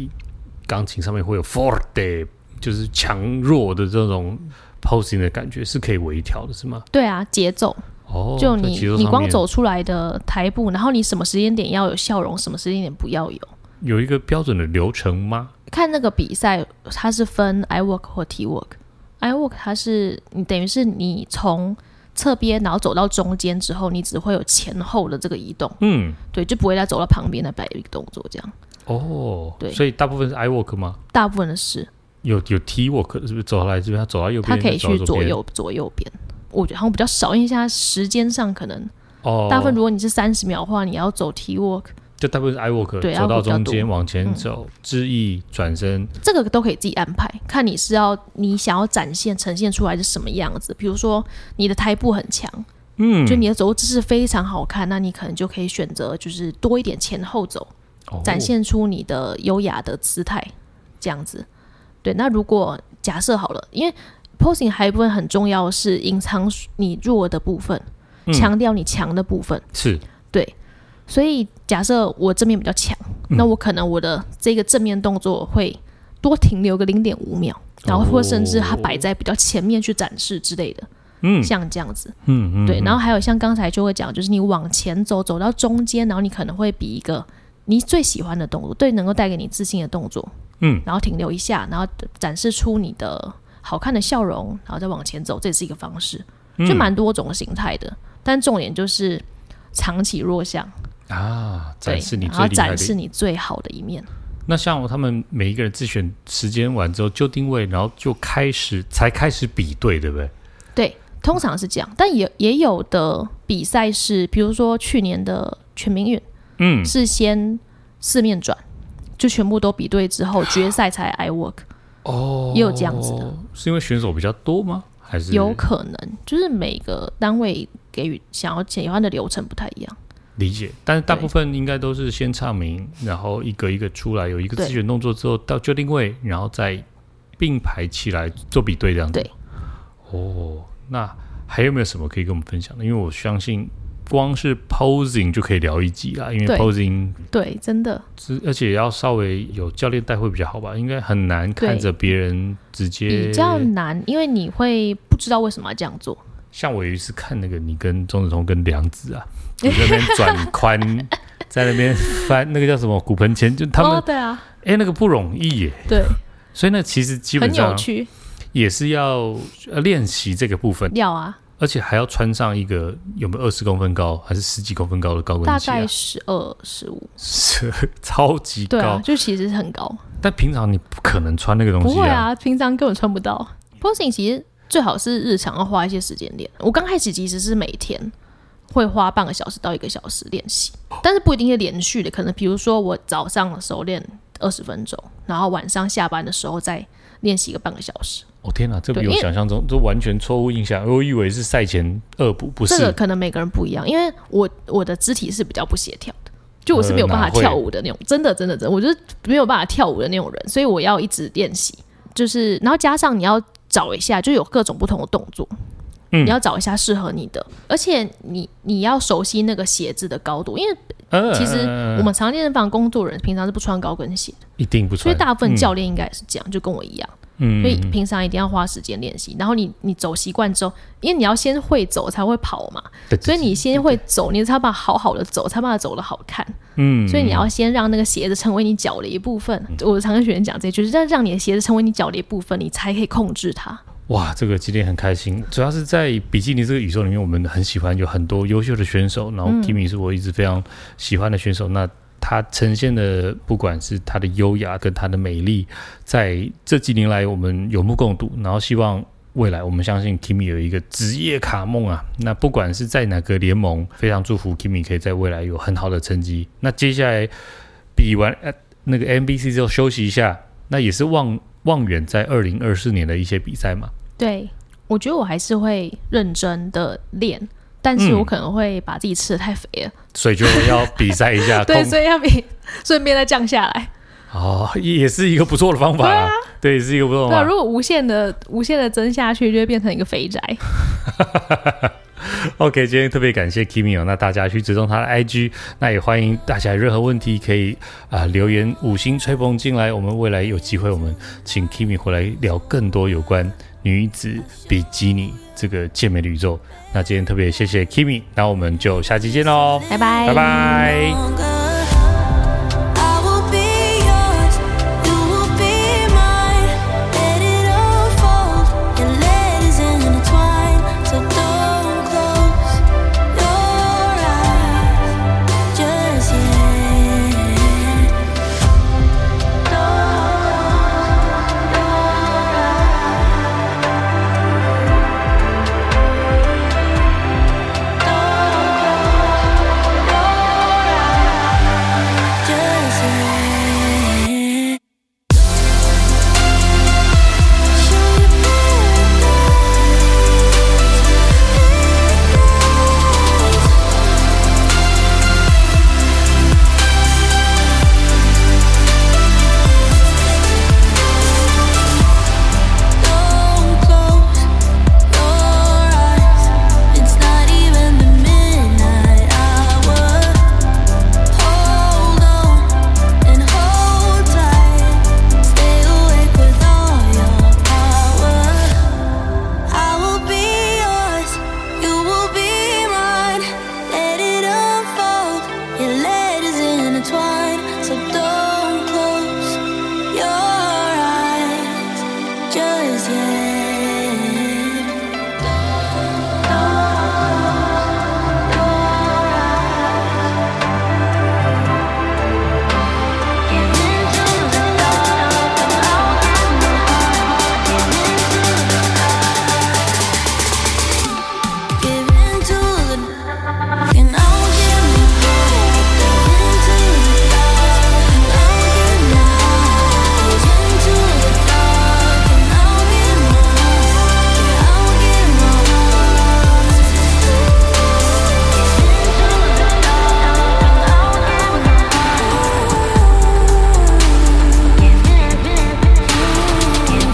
Speaker 2: 钢琴上面会有 forte，就是强弱的这种 posing 的感觉是可以微调的，是吗？
Speaker 1: 对啊，节奏
Speaker 2: 哦，
Speaker 1: 就
Speaker 2: 在
Speaker 1: 你、
Speaker 2: 节奏
Speaker 1: 你
Speaker 2: 上
Speaker 1: 光
Speaker 2: 面
Speaker 1: 走出来的台步，然后你什么时间点要有笑容，什么时间点不要有。
Speaker 2: 有一个标准的流程吗？
Speaker 1: 看那个比赛，它是分 I work 或 T work。I work 它是你等于是你从侧边，然后走到中间之后，你只会有前后的这个移动，
Speaker 2: 嗯，
Speaker 1: 对，就不会再走到旁边的摆一个动作这样。
Speaker 2: 哦，
Speaker 1: 对
Speaker 2: 所以大部分是 I walk 吗？
Speaker 1: 大部分的是
Speaker 2: 有有 T walk 是不是走下来这边，他走到右边，
Speaker 1: 它可以
Speaker 2: 再走
Speaker 1: 去
Speaker 2: 到
Speaker 1: 左
Speaker 2: 边
Speaker 1: 右左右边，我觉得好像比较少，因为现在时间上可能
Speaker 2: 哦，
Speaker 1: 大部分如果你是三十秒的话，你要走 T walk，
Speaker 2: 就大部分是 I walk
Speaker 1: 对
Speaker 2: 走
Speaker 1: I walk
Speaker 2: 到
Speaker 1: 比较
Speaker 2: 中
Speaker 1: 多嗯
Speaker 2: 间往前走，致意转身，
Speaker 1: 这个都可以自己安排，看你是要你想要展现呈现出来是什么样子。比如说你的台步很强，
Speaker 2: 嗯，
Speaker 1: 就你的走路姿势非常好看，那你可能就可以选择就是多一点前后走，
Speaker 2: 哦
Speaker 1: 展现出你的优雅的姿态，这样子。对，那如果假设好了，因为 posing 还有一部分很重要的是隐藏你弱的部分，
Speaker 2: 嗯
Speaker 1: 强调你强的部分。
Speaker 2: 是
Speaker 1: 对，所以假设我正面比较强，
Speaker 2: 嗯
Speaker 1: 那我可能我的这个正面动作会多停留个零点五秒，然
Speaker 2: 哦
Speaker 1: 后或甚至它摆在比较前面去展示之类的，
Speaker 2: 嗯
Speaker 1: 像这样子，
Speaker 2: 嗯嗯，
Speaker 1: 对。
Speaker 2: 嗯
Speaker 1: 然后还有像刚才就会讲，就是你往前走，走到中间，然后你可能会比一个你最喜欢的动作，对，能够带给你自信的动作，
Speaker 2: 嗯，
Speaker 1: 然后停留一下，然后展示出你的好看的笑容，然后再往前走，这也是一个方式，
Speaker 2: 嗯
Speaker 1: 就蛮多种形态的，但重点就是长起弱项。
Speaker 2: 啊，
Speaker 1: 对，
Speaker 2: 展示你
Speaker 1: 然后
Speaker 2: 最厉害
Speaker 1: 展
Speaker 2: 的
Speaker 1: 示。你最好的一面。
Speaker 2: 那像他们每一个人自选时间完之后就定位，然后就开始才开始比对，对不对？
Speaker 1: 对，通常是这样，但也也有的比赛是，比如说去年的全民运
Speaker 2: 嗯，
Speaker 1: 是先四面转，就全部都比对之后，决赛才 I work，
Speaker 2: 哦
Speaker 1: 也有这样子的，
Speaker 2: 是因为选手比较多吗？还是
Speaker 1: 有可能就是每个单位给予想要喜欢的流程不太一样。
Speaker 2: 理解，但是大
Speaker 1: 对
Speaker 2: 部分应该都是先唱名，然后一个一个出来，有一个
Speaker 1: 对
Speaker 2: 自选动作之后到就定位，然后再并排起来做比对这样子。
Speaker 1: 对，
Speaker 2: 哦，那还有没有什么可以跟我们分享的？因为我相信光是 posing 就可以聊一集啦，因为
Speaker 1: 对
Speaker 2: posing
Speaker 1: 对，真的，
Speaker 2: 是而且要稍微有教练带会比较好吧，应该很难看着别人直接
Speaker 1: 比较难，因为你会不知道为什么要这样做。
Speaker 2: 像我有一次看那个你跟钟子通跟梁子啊，你在那边转
Speaker 1: *laughs*
Speaker 2: 宽，在那边翻那个叫什么骨盆前，就他们哎、
Speaker 1: 哦、对啊，
Speaker 2: 诶那个不容易耶，
Speaker 1: 对，
Speaker 2: 所以那其实基
Speaker 1: 很
Speaker 2: 本
Speaker 1: 有
Speaker 2: 上
Speaker 1: 趣，
Speaker 2: 也是要呃练习这个部分，
Speaker 1: 要啊，
Speaker 2: 而且还要穿上一个有没有二十公分高还是十几公分高的高
Speaker 1: 大
Speaker 2: 跟鞋、
Speaker 1: 概
Speaker 2: 啊，
Speaker 1: 十二十五，
Speaker 2: 是 *laughs* 超级
Speaker 1: 对
Speaker 2: 高，
Speaker 1: 啊，就其实是很高。
Speaker 2: 但平常你不可能穿那个东
Speaker 1: 不
Speaker 2: 西
Speaker 1: 会啊，平常根本穿不到。posing 其实最好是日常要花一些时间练。我刚开始其实是每天会花半个小时到一个小时练习，但是不一定是连续的。可能比如说我早上的时候练二十分钟，然后晚上下班的时候再练习个半个小时。
Speaker 2: 哦天哪，这比
Speaker 1: 对
Speaker 2: 我
Speaker 1: 因为
Speaker 2: 想象中这完全错误印象。我以为是赛前恶补，不是
Speaker 1: 这个可能每个人不一样，因为我我的肢体是比较不协调的。就我是没有办法
Speaker 2: 呃哪会
Speaker 1: 跳舞的那种，真的真的真的，我就是没有办法跳舞的那种人，所以我要一直练习，就是然后加上你要找一下，就有各种不同的动作，
Speaker 2: 嗯
Speaker 1: 你要找一下适合你的，而且你你要熟悉那个鞋子的高度，因为
Speaker 2: 呃
Speaker 1: 其实我们常健身房工作人平常是不穿高跟鞋的，
Speaker 2: 一定不
Speaker 1: 所
Speaker 2: 穿，
Speaker 1: 以大部分教练应该也是这样，就跟我一样，
Speaker 2: 嗯
Speaker 1: 所以平常一定要花时间练习，然后你你走习惯之后，因为你要先会走才会跑嘛，
Speaker 2: 对
Speaker 1: 所以你先会走，你才把好好的走，才把它走的好看。
Speaker 2: 嗯，
Speaker 1: 所以你要先让那个鞋子成为你脚的一部分。我常跟学员讲这句，就是让让你的鞋子成为你脚的一部分，你才可以控制它。
Speaker 2: 哇，这个今天很开心，主要是在比基尼这个宇宙里面，我们很喜欢有很多优秀的选手，然后 Kimi 是我一直非常喜欢的选手。那他呈现的，不管是他的优雅跟他的美丽，在这几年来我们有目共睹。然后希望未来，我们相信 Kimi 有一个职业卡梦啊。那不管是在哪个联盟，非常祝福 Kimi 可以在未来有很好的成绩。那接下来比完呃那个 MBC 之后休息一下，那也是望望远在二零二四年的一些比赛嘛。
Speaker 1: 对，我觉得我还是会认真的练，但是我可能会把自己吃的太肥了，
Speaker 2: 所以就要比赛一下。
Speaker 1: 对，
Speaker 2: 通
Speaker 1: 所以要比 *laughs* 顺便再降下来。
Speaker 2: 哦，也也是一个不错的方法啦。对，也是一个不错的
Speaker 1: 对、啊，
Speaker 2: 方
Speaker 1: 如果
Speaker 2: 法。
Speaker 1: 无限的无限的增下去，就会变成一个肥宅。
Speaker 2: OK，今天特别感谢 Kimi 哦，那大家去追踪他的 IG，那也欢迎大家有任何问题可以啊、留言五星吹捧进来，我们未来有机会我们请 Kimi 回来聊更多有关女子比基尼这个健美的宇宙。那今天特别谢谢 Kimi，那我们就下期见喽，
Speaker 1: 拜拜，
Speaker 2: 拜拜。
Speaker 4: I will be yours, you will be mine. Let it unfold and let us intertwine. So don't close your eyes just yet. Don't close your eyes. Just yet. Don't close your eyes. It's not even the midnight hour. Hold on and hold tight. Stay awake with all your power. I will be yours, you will be mine. Let it unfold and let us intertwine. So don't close your eyes just yet. Give into the dark and I'll give you hope. Give into the dark and I'll give light. Give into the dark and I'll give light. Yeah, I'll give light. Give into the dark and I'll give light. Give in, give into the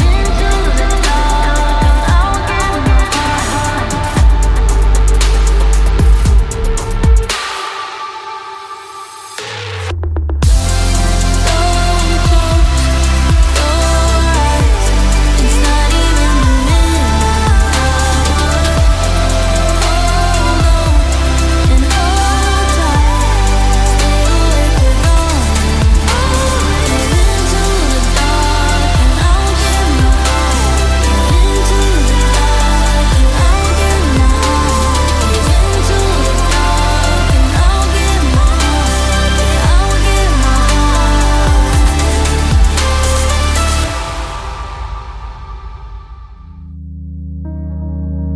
Speaker 4: dark and I'll give light. Don't close your eyes. It's not even a minute. Hold on and hold tight. Stay awake with all. Give into the dark and I'll give my all. Give into the dark and I'll give my all. Give into the dark and I'll give my all. Yeah, I'll give my all.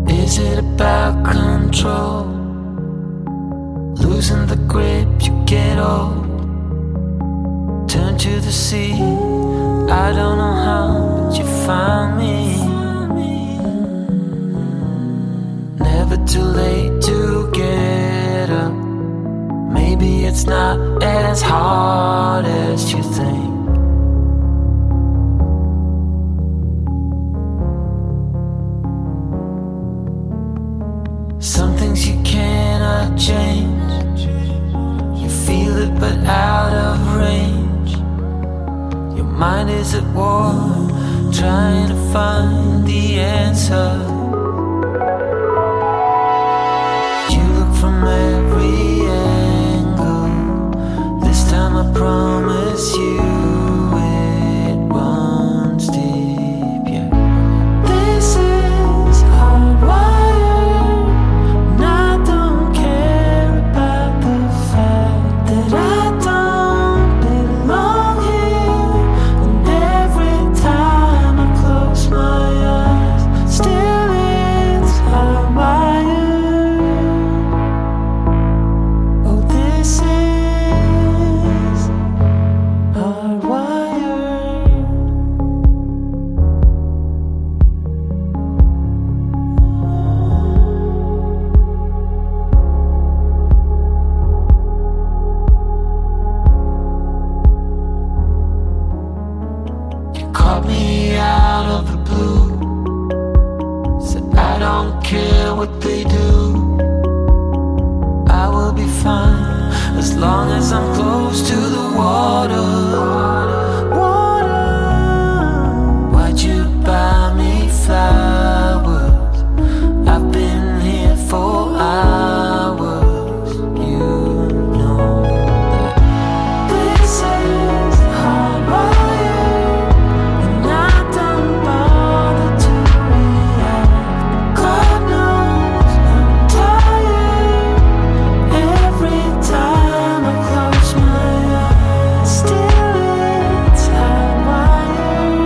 Speaker 5: Is it about control? Losing the grip, you get old. Turn to the sea. I don't know how, but you found me. Never too late to get up. Maybe it's not as hard as you think. Some things you cannot change. You feel it, but out of range. Your mind is at war, trying to find the answer. You look from every angle. This time I promise you. it runs deep. Yeah. This is Oh, long as I'm close to the water. Water. Why'd you buy me flowers? I've been here for hours. You know that this is home and I don't bother to react. God knows I'm tired. Every time I close my eyes, still it's hardwired.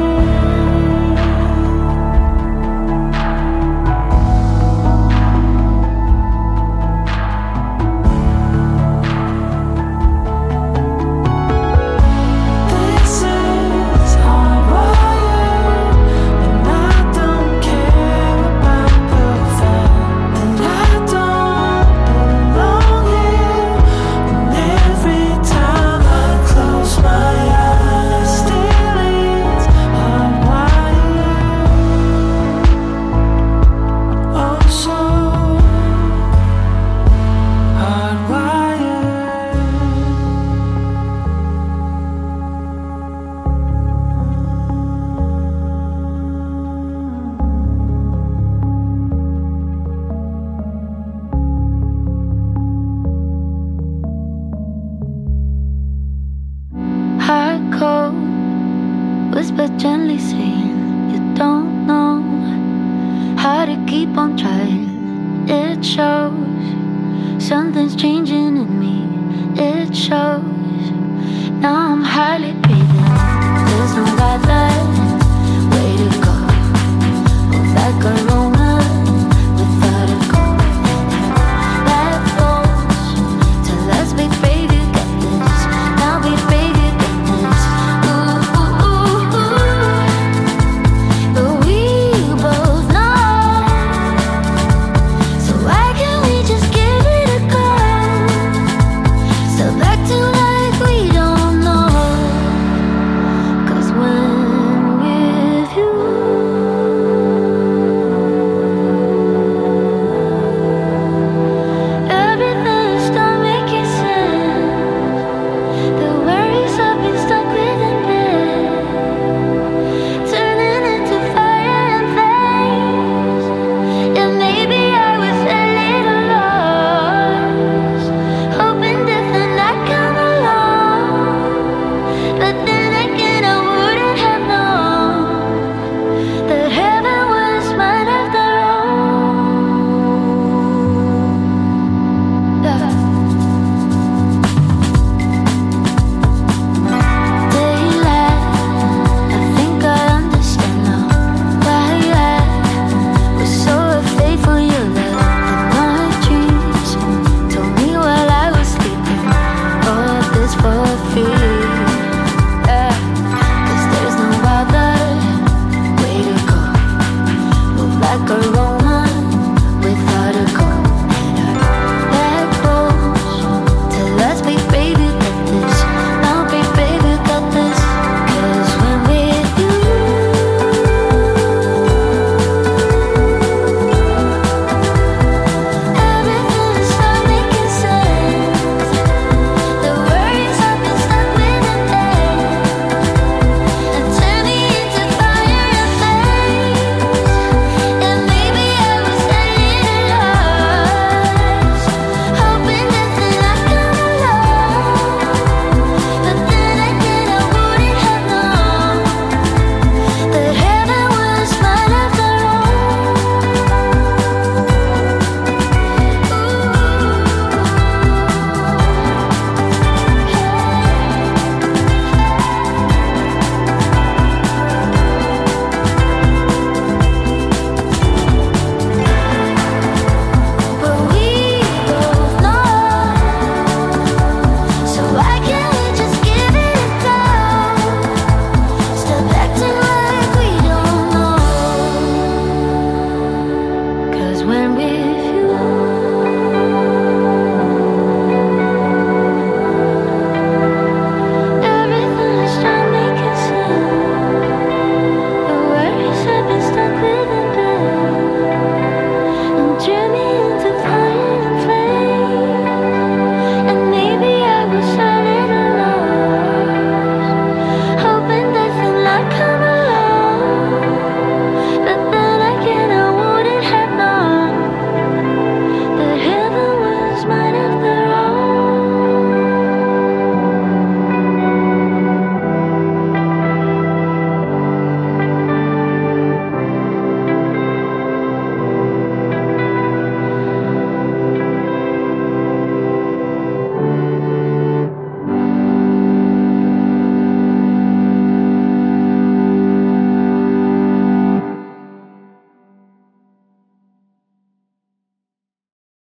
Speaker 5: This is hardwired, and I don't care about perfect, and I don't belong here. And every time I close my eyes, still it's hardwired. Oh, so hardwired.
Speaker 6: Heart cold, whisper gently, say